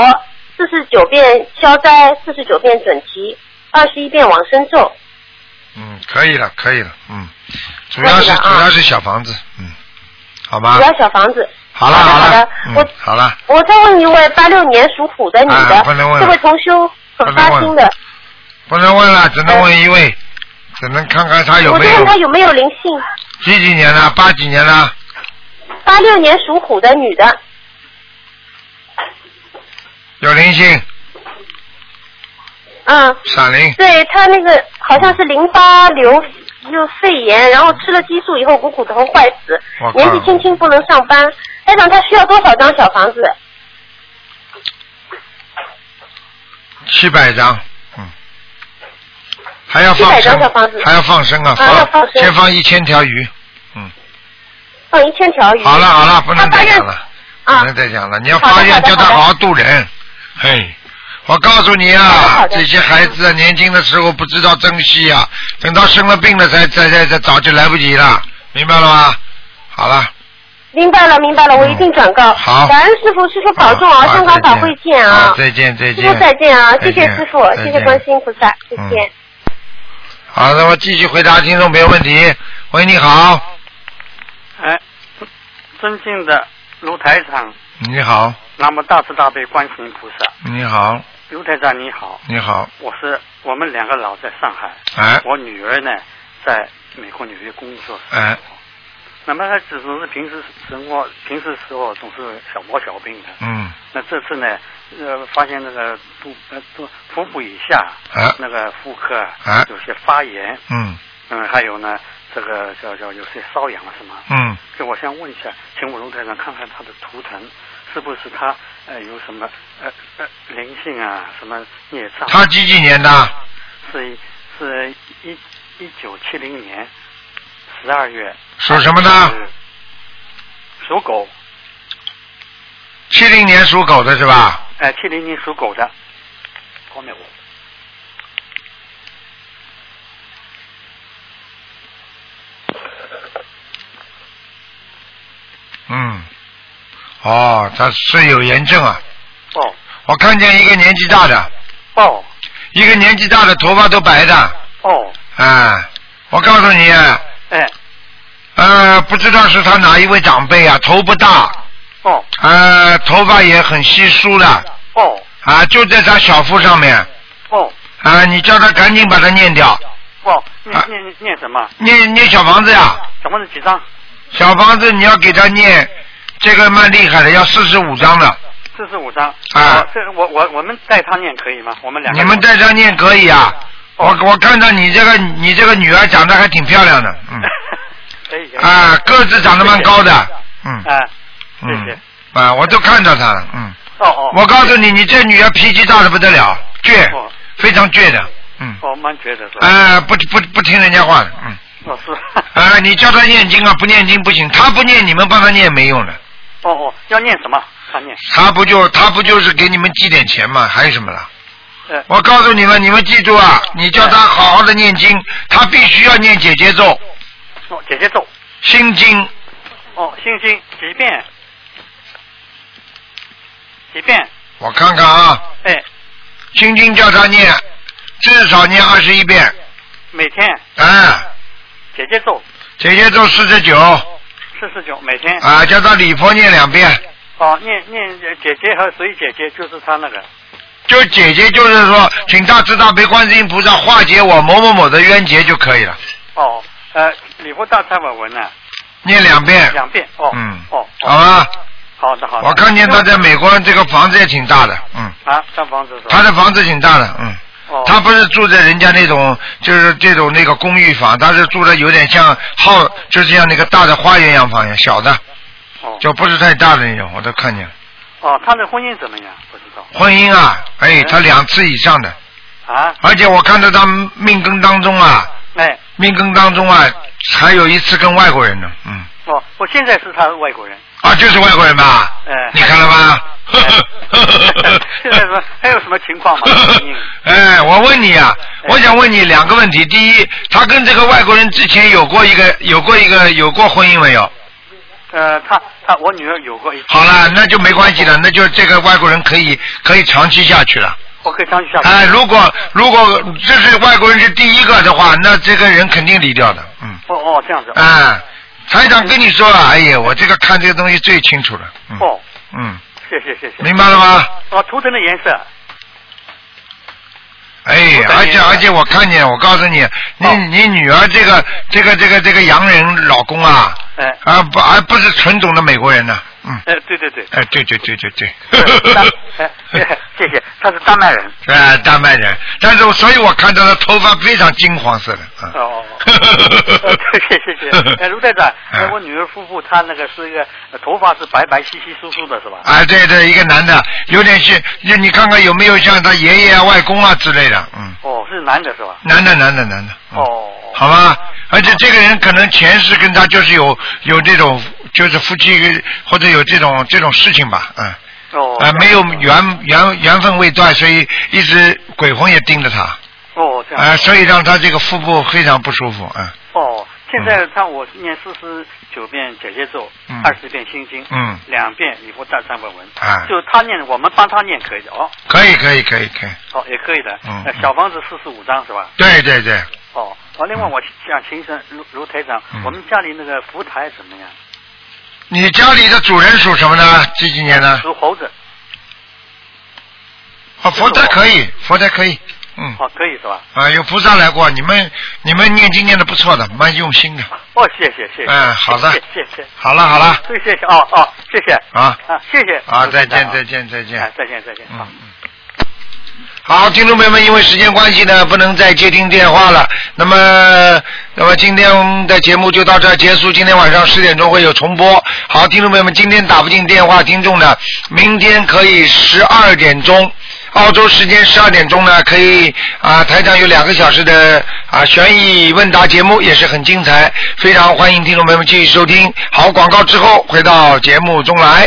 S8: 四十九遍消灾，四十九遍准提，二十一遍往生咒。
S1: 嗯，可以了，可以了，嗯，主要是
S8: 可以了
S1: 主
S8: 啊
S1: 要是小房子，嗯，好吧
S8: 主，要小房子。
S1: 好了好了，
S8: 我
S1: 嗯，好了，
S8: 我再问一位，八六年属虎的女的
S1: 啊，不能问了
S8: 这位同修
S1: 不
S8: 很
S1: 能
S8: 发
S1: 问
S8: 心的，
S1: 不能问了，只能问一位，只能看看他有
S8: 我就
S1: 没有
S8: 问她有没有灵性。
S1: 几几年了，八几年了，
S8: 八六年属虎的女的，
S1: 有灵性，
S8: 嗯，
S1: 闪灵，
S8: 对她那个好像是淋巴瘤，就肺炎，然后吃了激素以后股骨头坏死
S1: 我，靠
S8: 年纪轻轻不能上班。台长，她需要多少张小房子？
S1: 七百张，嗯，还要放
S8: 700张
S1: 生
S8: 小房子，
S1: 还要放生啊，
S8: 啊要放生
S1: 先放一千条鱼，
S8: 放一千条鱼。
S1: 好了好了，不能再
S8: 她发愿
S1: 讲了，不能再讲了，你要
S8: 啊好
S1: 发
S8: 的好
S1: 愿
S8: 的
S1: 叫他
S8: 好的
S1: 好好度人，嘿。我告诉你啊，这些孩子啊，年轻的时候不知道珍惜啊，等到生了病了才才才才早就来不及了，明白了吗？好了，
S8: 明白了明白了，我一定转告。
S1: 好
S8: 感恩师傅，师傅保重啊，香港法会见啊。
S1: 好再见再
S8: 师
S1: 见，
S8: 傅再见啊！谢谢师傅，
S1: 再见嗯
S8: 谢谢观世。音菩萨，谢谢。
S1: 好，那么继续回答听众朋友问题。喂，你好，
S13: 哎，尊敬的卢台长，
S1: 你好，
S13: 那么大慈大悲观世音菩萨，
S1: 你好，
S13: 卢台长你好，
S1: 你好，
S13: 我是我们两个老在上海，
S1: 哎
S13: 我女儿呢在美国纽约工作，
S1: 哎，
S13: 那么她只是平时生活平时时候总是小毛小病的，
S1: 嗯，
S13: 那这次呢，呃，发现那个肚呃肚腹部以下、
S1: 哎
S13: 那个妇科
S1: 哎
S13: 有些发炎，
S1: 嗯
S13: 嗯，还有呢这个叫叫有些瘙痒啊是吗？
S1: 嗯，
S13: 就我想问一下，请我卢台长看看他的图腾，是不是他呃有什么呃呃灵性啊，什么孽障？
S1: 他几几年的？
S13: 是是一一九七零年十二月。呃
S1: 属什么呢？
S13: 属狗，
S1: 七零年属狗的是吧？
S13: 哎、呃，七零年属狗的。后面我
S1: 嗯，哦，他是有炎症啊。
S13: 哦。
S1: 我看见一个年纪大的。
S13: 哦。
S1: 一个年纪大的，头发都白的。
S13: 哦，
S1: 啊，我告诉你，
S13: 哎，
S1: 呃，不知道是他哪一位长辈啊，头不大，
S13: 哦
S1: 呃，头发也很稀疏的，
S13: 哦
S1: 啊，就在他小腹上面，
S13: 哦
S1: 啊，你叫他赶紧把它念掉，
S13: 哦，念
S1: 啊
S13: 念念什么？
S1: 念念小房子呀，
S13: 小房子几张？
S1: 小房子你要给他念，这个蛮厉害的，要四十五章的，
S13: 四十五张。
S1: 啊
S13: 我这我我我们带他念可以吗？我们两个
S1: 你们在这念可以啊，我
S13: 哦
S1: 我看到你这个你这个女儿长得还挺漂亮的，嗯，
S13: [LAUGHS] 可以可以
S1: 啊，个子长得蛮高的，嗯
S13: 啊，谢
S1: 嗯，啊，我都看到她了，嗯，
S13: 哦哦。
S1: 我告诉你，你这女儿脾气大的不得了，倔，
S13: 哦
S1: 非常倔的，嗯，
S13: 我蛮觉得是吧？
S1: 啊，不不不听人家话
S13: [LAUGHS]
S1: 的，嗯，
S13: 哦是，
S1: 啊，你叫她念经啊，不念经不行，她不念，你们帮她念没用的，
S13: 哦哦，要念什么？他念。
S1: 她不就她不就是给你们寄点钱吗？还有什么了？
S13: 呃
S1: 我告诉你们，你们记住啊，你叫
S13: 嗯
S1: 他好好的念经，他必须要念姐姐咒、
S13: 哦，姐姐咒。
S1: 心经，
S13: 哦，星星几遍？几遍？
S1: 我看看啊，
S13: 哎，
S1: 心经叫他念，至少念二十一遍，
S13: 每天
S1: 啊，
S13: 姐姐咒
S1: 姐姐咒四十九，
S13: 四十九，每天。
S1: 啊，叫他礼佛念两遍，
S13: 哦，念念姐姐和谁姐姐就是他那个。
S1: 就姐姐就是说，请大慈大悲观世音菩萨化解我某某某的冤结就可以了，
S13: 哦，呃，礼佛大忏悔文呢？
S1: 念两遍，
S13: 两遍哦。
S1: 嗯，
S13: 哦，
S1: 好吧，
S13: 好的好的。
S1: 我看见他在美国这个房子也挺大的，嗯。
S13: 啊，占房子是吧？
S1: 他的房子挺大的，嗯。
S13: 哦
S1: 他不是住在人家那种，就是这种那个公寓房，他是住的有点像好，就是像那个大的花园洋房一样，小的，
S13: 哦
S1: 就不是太大的那种，我都看见了。
S13: 哦，他的婚姻怎么样？不知道
S1: 婚姻啊，哎，他两次以上的，
S13: 啊？
S1: 而且我看到他命根当中啊，
S13: 哎，
S1: 命根当中啊，还有一次跟外国人呢，嗯，
S13: 哦，我现在是他的外国人。
S1: 啊，就是外国人吧？
S13: 哎，
S1: 你看了吧？
S13: [LAUGHS] 现在说还有什么情
S1: [LAUGHS]
S13: 况吗？
S1: 哎，我问你啊，我想问你两个问题。第一，他跟这个外国人之前有过一个有过一个有过婚姻没有？
S13: 呃，他他我女儿有过一次，
S1: 好了，那就没关系了，那就这个外国人可以可以长期下去了。
S13: 我可以相信下。
S1: 哎，如
S13: 哦
S1: 果如果这是外国人是第一个的话，那这个人肯定离掉的。嗯，
S13: 哦哦这样子。
S1: 哎，台长跟你说啊，哎呀，我这个看这个东西最清楚了。嗯
S13: 哦，
S1: 嗯，
S13: 谢谢谢谢。
S1: 明白了吗？
S13: 哦，图腾的颜色，
S1: 哎，而且而且我看见，我告诉你，你你女儿这个这个这个这个洋人老公啊，
S13: 哎，
S1: 啊不而不是纯种的美国人呢、嗯，
S13: 哎，对对
S1: [LAUGHS]
S13: 对，
S1: 哎，对对对对对， [LAUGHS]
S13: 丹哎，谢谢，他是丹麦人。
S1: 哎，丹麦人，但是我所以我看到他头发非常金黄色的，啊、
S13: 哦，呃谢谢谢谢。哎，卢队长，哎，我女儿夫妇她那个是一个呃头发是白白稀稀疏疏的，是吧？
S1: 啊，对对，一个男的，有点像，就你看看有没有像他爷爷啊、外公啊之类的，嗯，
S13: 哦，是男的是吧？
S1: 男的男的男的，
S13: 哦，
S1: 好吧，而且这个人可能前世跟他就是有有这种就是夫妻或者有这种这种事情吧，嗯，
S13: 哦，
S1: 呃，没有缘缘缘分未断，所以一直鬼魂也盯着他，啊、
S13: 哦，这样。
S1: 所以让他这个腹部非常不舒服，嗯
S13: 哦，现在看我念四十九遍姐姐咒
S1: 嗯，
S13: 二十遍心经，
S1: 嗯
S13: 两遍礼佛大忏悔文，
S1: 啊，
S13: 就他念，我们帮他念可以的哦，
S1: 可以可以可以可以，
S13: 哦也可以的，
S1: 嗯
S13: 呃
S1: 嗯
S13: 小房子四十五张是吧？
S1: 对对对，
S13: 哦，哦，另外我想请问卢卢台长，我们家里那个福台怎么样？
S1: 你家里的主人属什么呢？几几年呢？
S13: 属猴子，
S1: 哦，佛台可以，佛台可以，嗯，
S13: 哦可以是吧？
S1: 啊，有菩萨来过，你们你们念经念的不错的，蛮用心的，
S13: 哦，谢谢谢谢。
S1: 嗯好的
S13: 谢谢谢谢。
S1: 好了好了，
S13: 对，谢谢哦哦，谢谢
S1: 啊
S13: 啊，谢谢
S1: 啊，
S13: 卢
S1: 再
S13: 台长
S1: 见
S13: 啊
S1: 再见再见。嗯
S13: 哎再见再见啊。
S1: 好，听众朋友们，因为时间关系呢，不能再接听电话了。那么，那么今天的节目就到这儿结束。今天晚上十点钟会有重播。好，听众朋友们，今天打不进电话，听众呢，明天可以十二点钟，澳洲时间十二点钟呢，可以啊，台长有两个小时的啊悬疑问答节目，也是很精彩，非常欢迎听众朋友们继续收听。好，广告之后回到节目中来。